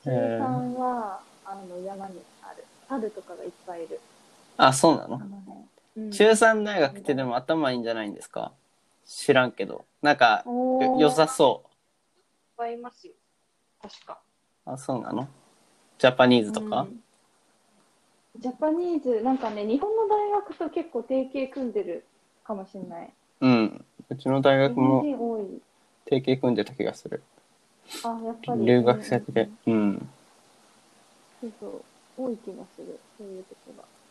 B: す。
A: へ
B: 中
A: え
B: 山は、あの山にある。猿とかがいっぱいいる。
A: あ、そうな
B: あ
A: の
B: の辺。うん
A: 中山大学ってでも頭いいんじゃないんですか知らんけど。なんか、
B: お
A: よ
B: ー
A: 良さそう。
C: ぱいいますよ。確か。
A: あ、そうなのジャパニーズとか、
B: うんジャパニーズ、なんかね、日本の大学と結構提携組んでるかもしれない。
A: うん、うちの大
B: 日
A: 学
B: 本
A: も
B: 人多い。
A: 提携組んでた気がする。
B: あ、やっぱり。
A: 留学先
B: う
A: で
B: ん。
A: うん。
B: そうそう。多い気がする。そういうと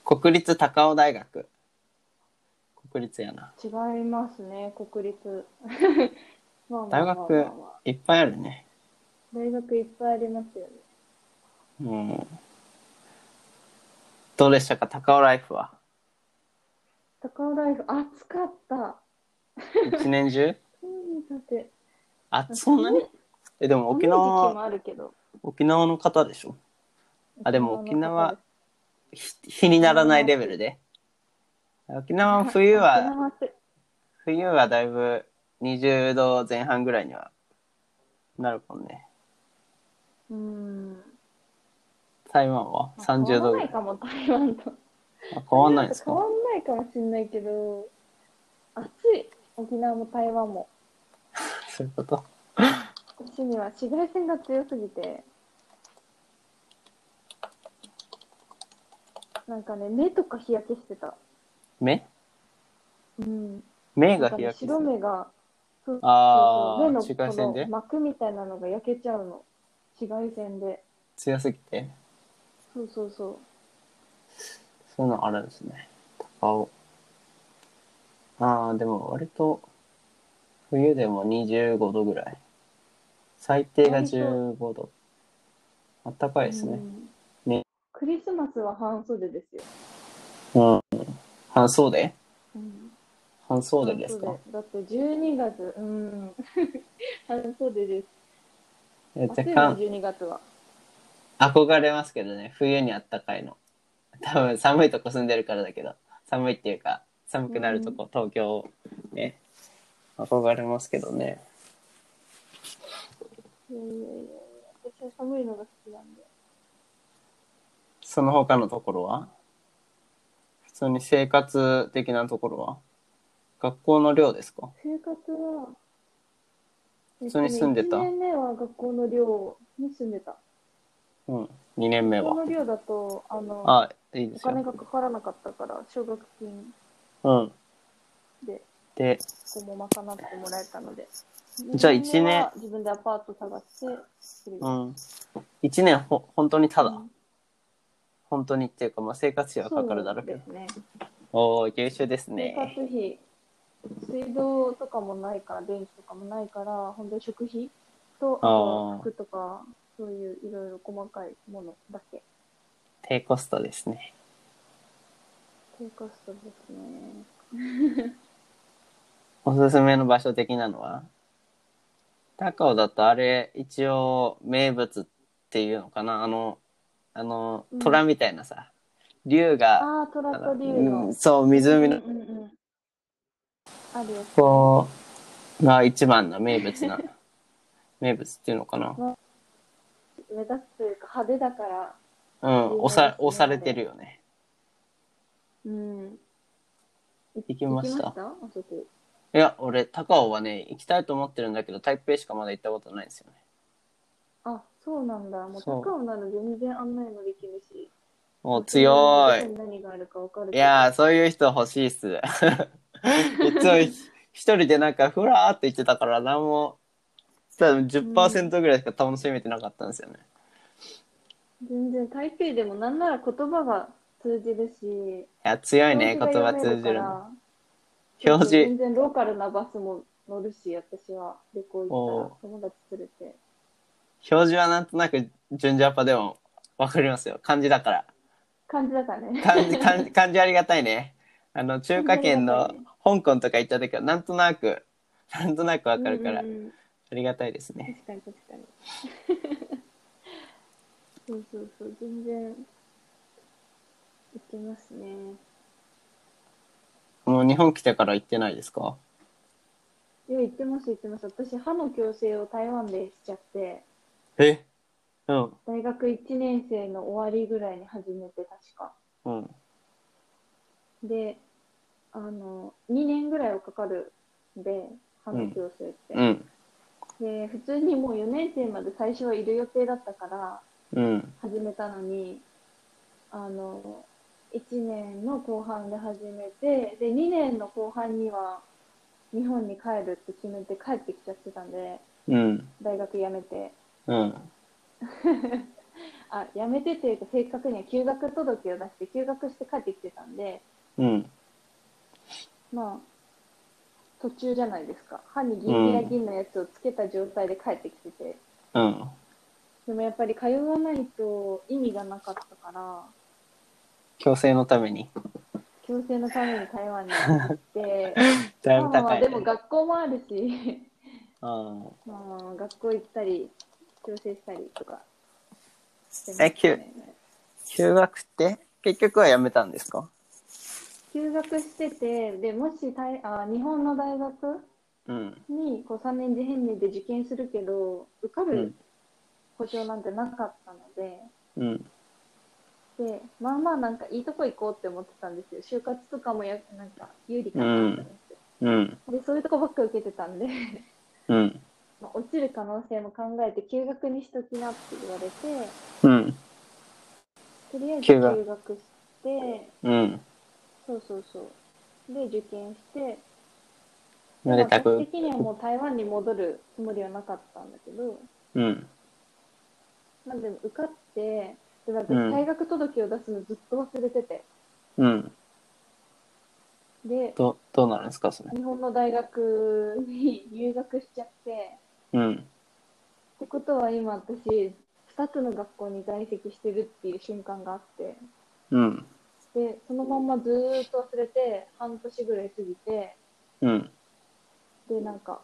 B: こ
A: 国立高尾大学。国立やな。
B: が。違いますね、国立。 まあまあ
A: 大
B: まあ
A: 学
B: まあまあ
A: いっぱいあるね。
B: 大学いっぱいありますよね。
A: うん。どうでしたか高尾ライフは。
B: 高尾大学、暑かった。
A: 一年中
B: うん、だって。
A: あ、そんなにえ、でも沖
B: 寒い時期
A: 縄
B: も
A: は、
B: あるけど。
A: 沖縄の方でしょあでも沖縄ひ日にならないレベルで。沖縄は冬
B: 沖
A: は、
B: 縄って
A: 冬はだいぶ20度前半ぐらいにはなるもんね。
B: うん。
A: 台湾は30度
B: 変わら
A: ぐ
B: な
A: ら
B: い
A: い。
B: かも、台湾と。
A: あ変わんないんです
B: 変わ
A: か
B: んないかもしんないけど、暑い。沖縄も台湾も。
A: そういうこと。
B: こっちには紫外線が強すぎて。なんかね、目とか日焼けしてた。
A: 目
B: うん。
A: 目が
B: なんか
A: 日
B: ね
A: 焼けする
B: 白目が、そう
A: あー
B: そうそう目の
A: 紫外線で
B: この膜みたいなのが焼けちゃうの。紫外線で。
A: 強すぎて。
B: そうそうそう。
A: そういうのあるんですね。高尾。ああ、でも割と、冬でも25度ぐらい。最低が15度。あったかいですね。
B: うん
A: ね
B: クリスマスは半袖ですよ。
A: うん。半袖
B: うん、
A: 半袖ですか
B: 半。袖だって12月、うん、 半袖です。
A: え若
B: 暑いの
A: 干、
B: 12月は。
A: 憧れますけどね。冬にあったかいの。多分寒いとこ住んでるからだけど。寒いっていうか、寒くなるとこ、東京ね。憧れますけどね。
B: いやいやいや私は寒いのが好きなんで。
A: その他のところは普通に生活的なところは学校の寮ですか
B: 生活は、
A: 普通に住んでた
B: 1年目は学校の寮に住んでた。
A: うん。2年目
B: 学校
A: は。
B: の寮だと、あの、
A: あ、いいで
B: お
A: すよ
B: 金。がかからなかったから、奨学金
A: うん。
B: で、
A: で、
B: ここも賄ってもらえたので。
A: じゃあ一年
B: 二目は自分でアパート探してする、
A: うん。1年ほ、本当にただ。
B: うん
A: 本当にっていうか、まあ、生活費はかかるだろうけど
B: そ。うですね。
A: おー、優秀ですね。
B: 生活費、水道とかもないから、電気とかもないから、本当に食費と、あ
A: あー
B: と服とか、そういういろいろ細かいものだけ。
A: 低コストですね。
B: 低コストですね。
A: おすすめの場所的なのは高尾だとあれ、一応名物っていうのかなあの、あの
B: うん、
A: 虎みたいなさ、竜が、
B: ああ、トラと竜
A: う
B: の
A: ん。そう湖
B: うん
A: の
B: うんうん。あるよ。
A: こうが一番の名物 な名物っていうのかな
B: 目立つというか派手だから、
A: うん押さ押されてるよね
B: うん。
A: 行きました
B: 行きましたあそこ。
A: いや俺高尾はね行きたいと思ってるんだけど台北しかまだ行ったことないんですよね
B: あ、そうなんだ。もう
A: そう
B: 高尾なら全然案内もできるし。
A: お、強
B: どこ
A: い。
B: に何があるか分かる
A: いやー、そういう人欲しいっ す。いつも一人でなんか、ふらーって言ってたから、なんも、多分10%ぐらいしか楽しめてなかったんですよね。
B: 全然台北でもなんなら言葉が通じるし
A: いや、強いね、言
B: 表示が
A: 葉
B: 読め
A: 通じるの。
B: から
A: 表示
B: 全然ローカルなバスも乗るし私は旅行行ったら友達連れて
A: 表示はなんとなく、順ジャパでもわかりますよ。漢字だから。
B: 感じだからね
A: 漢 字、漢字、漢字ありがたいね。あの、中華圏
B: あ
A: の
B: りが
A: 香港とか行った時は、なんとなく、なんとなくわかるから
B: うん、うん
A: ありがたいですね。
B: 確かに確かに そうそうそう全然いけますね
A: もう日本来てから行ってないですか
B: いや行ってます行ってます私歯の矯正を台湾でしちゃって
A: えうん。
B: 大学1年生の終わりぐらいに始めて確か
A: うん。
B: であの2年ぐらいはかかるんで歯の矯正って、
A: うん。
B: で普通にもう4年生まで最初はいる予定だったから
A: うん。
B: 始めたのにあの1年の後半で始めてで2年の後半には日本に帰るって決めて帰ってきちゃってたんで
A: うん。
B: 大学辞めて
A: うん。
B: あ辞めてというか正確には休学届を出して休学して帰ってきてたんで
A: うん。
B: まあ途中じゃないですか歯にギンギラギンのやつをつけた状態で帰ってきてて、
A: うん。
B: でもやっぱり通わないと意味がなかったから
A: 強制のために。
B: 強制のために台湾に行って
A: だいぶ
B: まあ
A: 高
B: まあ
A: い、
B: で
A: ね。
B: も学校もあるし
A: うん
B: まあ学校行ったり強制したりとかしてま
A: えきゅ休学って結局はやめたんですか
B: 休学しててでもし台あ日本の大学
A: うん。
B: にこう3年次編入で受験するけど受か
A: う
B: る
A: ん。
B: 保証なんてなかったので。
A: うん。
B: でまあまあなんかいいとこ行こうって思ってたんですよ就活とかもやなんか有利かなと思って、
A: うん。
B: でそういうとこばっか受けてたんで
A: うん。
B: まあ落ちる可能性も考えて休学にしときなって言われて
A: うん。
B: とりあえず
A: 休学
B: 休学して
A: うん。
B: そうそうそうで受験して
A: めでた
B: まあ
A: く
B: 私。的にはもう台湾に戻るつもりはなかったんだけど
A: うん。
B: まあでも受かってでなんか
A: うん
B: 退学届を出すのずっと忘れてて、
A: うん。
B: で
A: ど、どうなるんですかそれ。
B: 日本の大学に入学しちゃって。
A: うん。
B: ってことは今私2つの学校に在籍してるっていう瞬間があって
A: うん。
B: でそのまんまずーっと忘れて半年ぐらい過ぎて
A: うん。
B: でなんか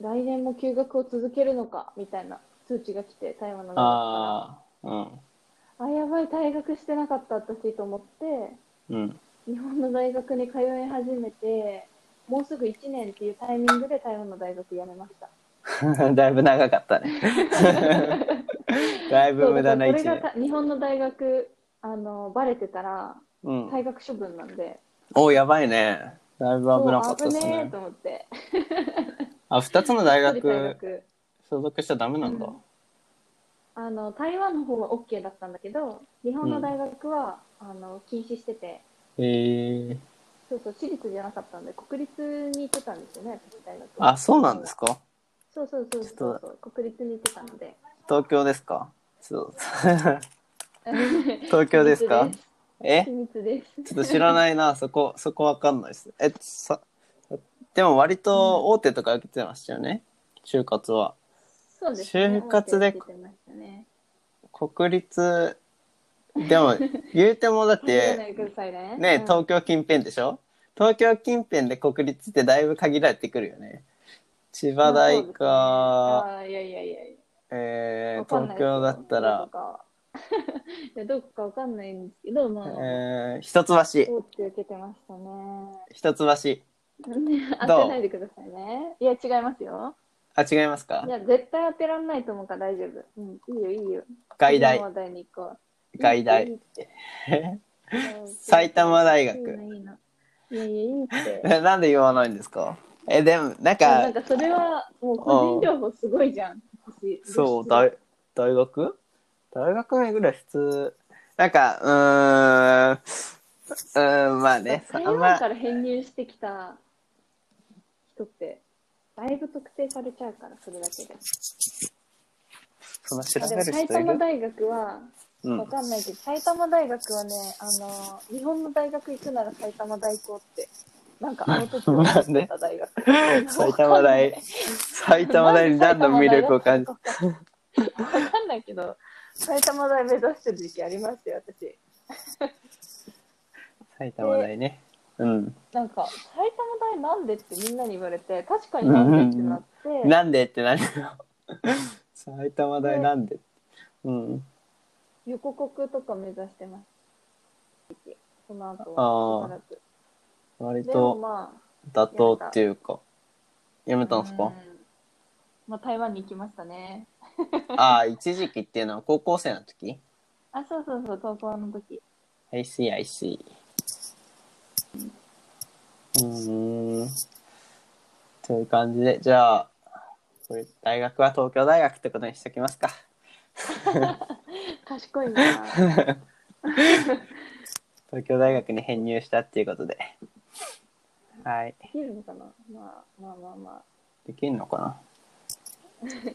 B: 来年も休学を続けるのかみたいな通知が来て台湾の大学か
A: ああ。うん。
B: らあやばい退学してなかった私と思って
A: うん。
B: 日本の大学に通い始めてもうすぐ1年っていうタイミングで台湾の大学辞めました。
A: だいぶ長かった ね。だいぶ無駄な
B: そう
A: 一
B: だか
A: 年
B: らこれ。がた日本の大学あのバレてたら
A: うん。
B: 退学処分なんで、
A: おやばいね。だいぶ危なかった
B: そう
A: で
B: 危
A: す
B: ねえ
A: ね
B: と。思って
A: あ、二つの大
B: 一人大
A: 学
B: 学
A: 所属しちゃダメなんだ。
B: うんあの台湾の方は OK だったんだけど日本の大学は、あの禁止してて
A: へえ。
B: そうそう私立じゃなかったんで国立に行ってたんですよね私大学
A: あ、そうなんですか。
B: そうそうそう
A: ちょ
B: そ
A: っ
B: うそう国立に行ってたの で
A: 東京ですか。そう。東京ですか。え
B: 秘、密です
A: ちょっと知らない な。そこ、そこわかんないです。え、さ。でも割と大手とか受けてましたよね。就活は。
B: そうですね
A: 就活で
B: 大手って言ってましたね
A: 国立。でも、言うてもだっ
B: 言わ
A: て
B: な。いでくださいね
A: ね、
B: うん
A: 東京近辺でしょ東京近辺で国立ってだいぶ限られてくるよね。千葉大
B: まあ
A: か、
B: そうですねあーいやいやいやいや
A: えー
B: わかんない
A: 東京だったら、
B: ですけどどこか いやどこかわかんないんですけど、まあ、
A: えー、一橋、
B: 大手受けてましたね。
A: 一橋。
B: 当てないでくださいね。いや、違いますよ。
A: あ、違いますか
B: いや、絶対当てらんないと思うから大丈夫。うん、いいよ、いいよ。
A: 外大
B: 次の、話題に行こう。
A: 外
B: いい
A: 大。
B: って
A: 埼玉大学
B: いいのいいのいやいや、いいって。
A: なんで言わないんですかえ、でも、なん
B: な
A: か
B: ん、かそれはもう個人情報すごいじゃん。私
A: そう、
B: ど
A: 大、大学大学名ぐらい普通、なんか、うーん、うーん、まあね、あ
B: 台
A: ん
B: 湾
A: ま
B: か、ら編入してきた人って、だいぶ特定されちゃうから、それだけで。
A: その調
B: あで
A: べ
B: も
A: る人
B: 埼
A: いる
B: 玉大学は、
A: う
B: わ
A: ん。
B: かんないけど、埼玉大学はね、あの、日本の大学行くなら埼玉大高って、なんかあの時は思ってた大学。
A: 埼玉大、埼玉大に何の魅力を感じ
B: わかんないけど、埼玉大目指してる時期ありましたよ、私。
A: 埼玉大ね。うん。
B: なんか、埼玉大なんでってみんなに言われて、確かになんでってなって、
A: なんでって何埼玉大なんでうん。
B: 横国とか目指してます。その後
A: あー
B: は、しばらく。
A: 割
B: でも
A: と
B: まあ、
A: 妥当っていうか。やめたんす
B: う
A: か
B: まあ、台湾に行きましたね。
A: ああ、一時期っていうのは高校生の時
B: あ、そうそうそう、高校の時。
A: ?I see, I see. うーん。という感じで、じゃあ、これ大学は東京大学ってことにしときますか。
B: 賢いな。
A: 東京大学に編入したっていうことで。はい。
B: できるのかなまあまあまあ ま
A: できるのか
B: あ。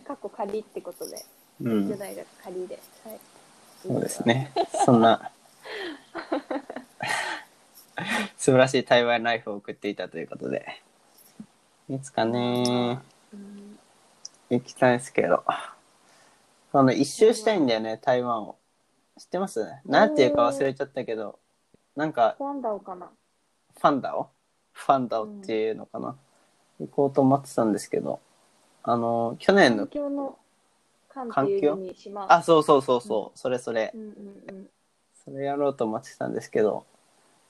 B: 過去仮ってことで、
A: なう
B: 東京
A: ん。
B: 大学仮で。はい。
A: そうです。ね。そんな、 素晴らしい台湾ライフを送っていたということで。いつかね、
B: うん、
A: 行きたいですけど。あの、一周したいんだよね、台湾を。知ってますなんていうか忘れちゃったけど、なんか、
B: コアンダオかな。
A: ファンダオファンダオっていうのかな、行こうと思ってたんですけど、あの、去年の
B: 環、境の環っていう字に島。
A: あ、そうそうそうそう、それそれ
B: う、んうんうん。
A: それやろうと思ってたんですけど、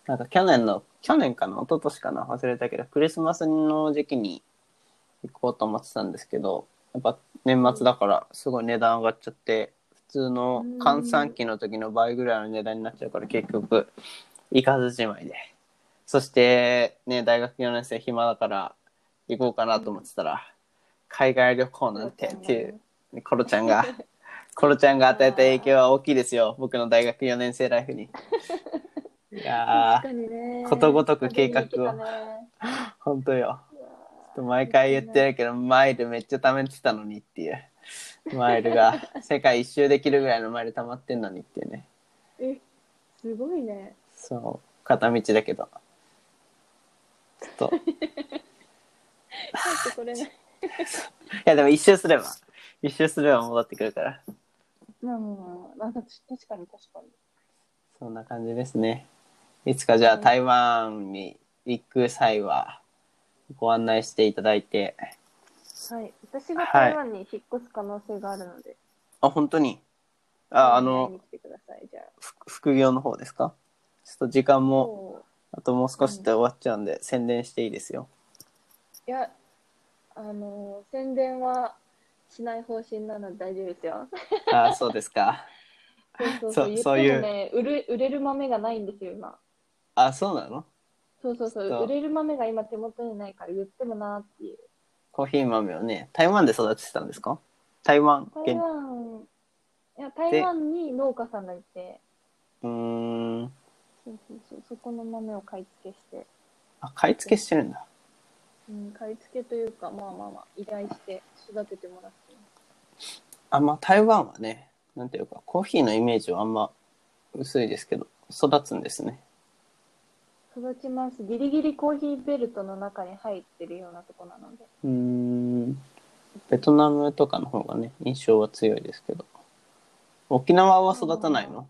A: なんか去年の、去年かな、一昨年かな、忘れたけど、クリスマスの時期に行こうと思ってたんですけど、やっぱ年末だからすごい値段上がっちゃって、普通の閑散期の時の倍ぐらいの値段になっちゃうから結局、行かずじまいで。そして、ね、大学4年生暇だから行こうかなと思ってたら、海外旅行なんてっていう。コロちゃんが、 コロちゃんが与えた影響は大きいですよ。僕の大学4年生ライフに。いや
B: 確かにね。
A: ことごとく計画を
B: 旅に行けたね
A: ー、ほんとよ。ちょっと毎回言ってるけど、マイルめっちゃ貯めてたのにっていう。マイルが、世界一周できるぐらいのマイル貯まってんのにっていうね。
B: え、すごいね。
A: そう、片道だけど。ちょっと、い
B: 帰ってこれない。
A: やでも一周すれば、一周すれば戻ってくるから。
B: まあまあまあ、なんか確かに確かに。
A: そんな感じですね。いつかじゃあ台湾に行く際はご案内していただいて。
B: はい。私が台湾に引っ越す可能性があるので。
A: あ、本当にあ、あ
B: 見
A: の、
B: に来てください、じゃあ。
A: ふ副業の方ですかちょっと時間も
B: そ
A: あともう少しで終わっちゃうんで宣伝していいですよ。
B: う。いや、あのー、宣伝はしない方針なので大丈夫で すよ。
A: あ、そうですか。
B: そうそうそう。
A: そう
B: 言ってもね、売る売れる豆がないんですよ、今。
A: あ、そうなの
B: そうそうそ
A: ちょっと
B: う。売れる豆が今手元にないから言ってもなーっていう。
A: コーヒー豆をね、台湾で育ててたんですか台湾
B: 台
A: 現
B: 湾、いや、台湾に農家さんがいて、
A: うーん。
B: そうそうそう、そこの豆を買い付けして、
A: あ、買い付けしてるんだ。
B: うん、買い付けというか、まあまあまあ、依頼して育ててもらってます。
A: あんまあ台湾はね、なんていうか、コーヒーのイメージはあんま薄いですけど、育つんですね。
B: 育ちます。ギリギリコーヒーベルトの中に入ってるようなとこなので。
A: うーん。ベトナムとかの方がね、印象は強いですけど。沖縄は育たないの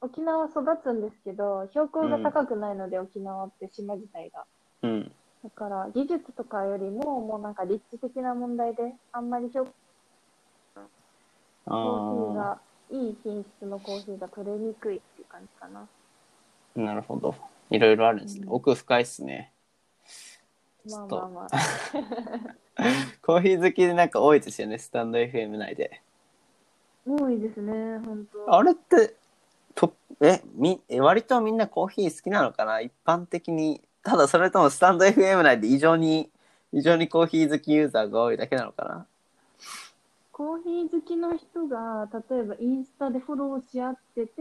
B: 沖縄育つんですけど、標高が高くないので、沖縄って島自体が。
A: うん。
B: だから、技術とかよりも、もうなんか立地的な問題で、あんまり標
A: あ
B: コーヒー
A: ー
B: が、いい品質のコーヒーが取れにくいっていう感じかな。
A: なるほど。いろいろあるんですね。
B: うん
A: 奥深いっすね。
B: まあ
A: ちょ
B: まあまあ。
A: コーヒー好きでなんか多いですよね、スタンド FM 内で。
B: 多いですね、本当。
A: あれって、とえみえ割とみんなコーヒー好きなのかな一般的に。ただそれともスタンド FM 内で異常に、異常にコーヒー好きユーザーが多いだけなのかな
B: コーヒー好きの人が例えばインスタでフォローし合っ
A: う
B: てて、ス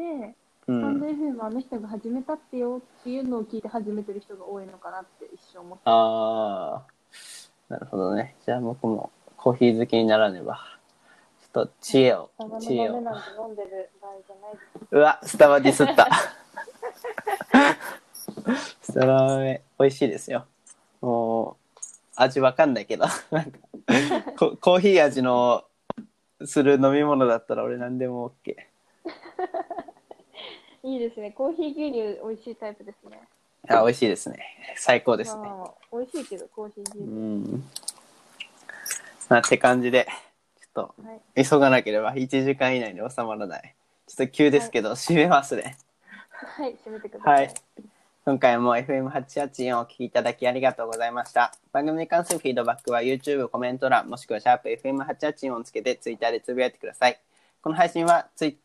B: タンド
A: ん。
B: FM あの人が始めたってよっていうのを聞いて始めてる人が多いのかなって一生思って
A: ああ、なるほどね。じゃあ僕もコーヒー好きにならねば。ちょっと知恵を
B: たま、の
A: 知恵
B: ダメ
A: を。
B: なんて飲んでる場合じゃないう
A: わ、スタバディスった。スタバめ美味しいですよ。もう、味わかんないけど、なんかコ、コーヒー味のする飲み物だったら俺何でも OK。
B: いいですねコーヒー牛乳美味しいタイプですね
A: あ、美味しいですね。最高ですね。
B: まあ、美味しいけどコーヒー牛
A: う
B: 乳、
A: ん。まあ、って感じで、ちょっと、
B: はい
A: 急がなければ1時間以内に収まらない。ちょっと急ですけど、締めますね。
B: はい閉めてくださ、
A: はいい。今回も FM884 をお聞きいただきありがとうございました。番組に関するフィードバックは YouTube、コメント欄、もしくはシャープ FM884 をつけて Twitter でつぶやいてください。この配信はツイ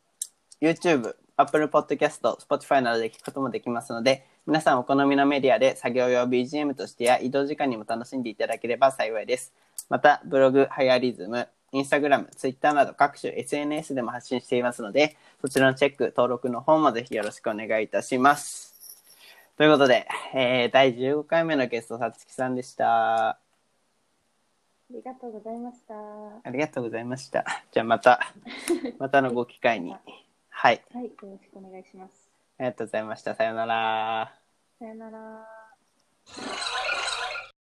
A: YouTube、Apple Podcast、Spotify などで聞くこともできますので、皆さんお好みのメディアで作業用 BGM としてや移動時間にも楽しんでいただければ幸いです。また、ブログ、ハイアリズム、インスタグラム、ツイッターなど各種 SNS でも発信していますので、そちらのチェック、登録の方もぜひよろしくお願いいたします。ということで、えー第15回目のゲスト、さつきさんでした。
B: ありがとうございましたは
A: ありがとうございました。じゃあまた、またのご機会に。はい、
B: いよろしくお願いします
A: ありがとうございました。さようなら。
B: さよなら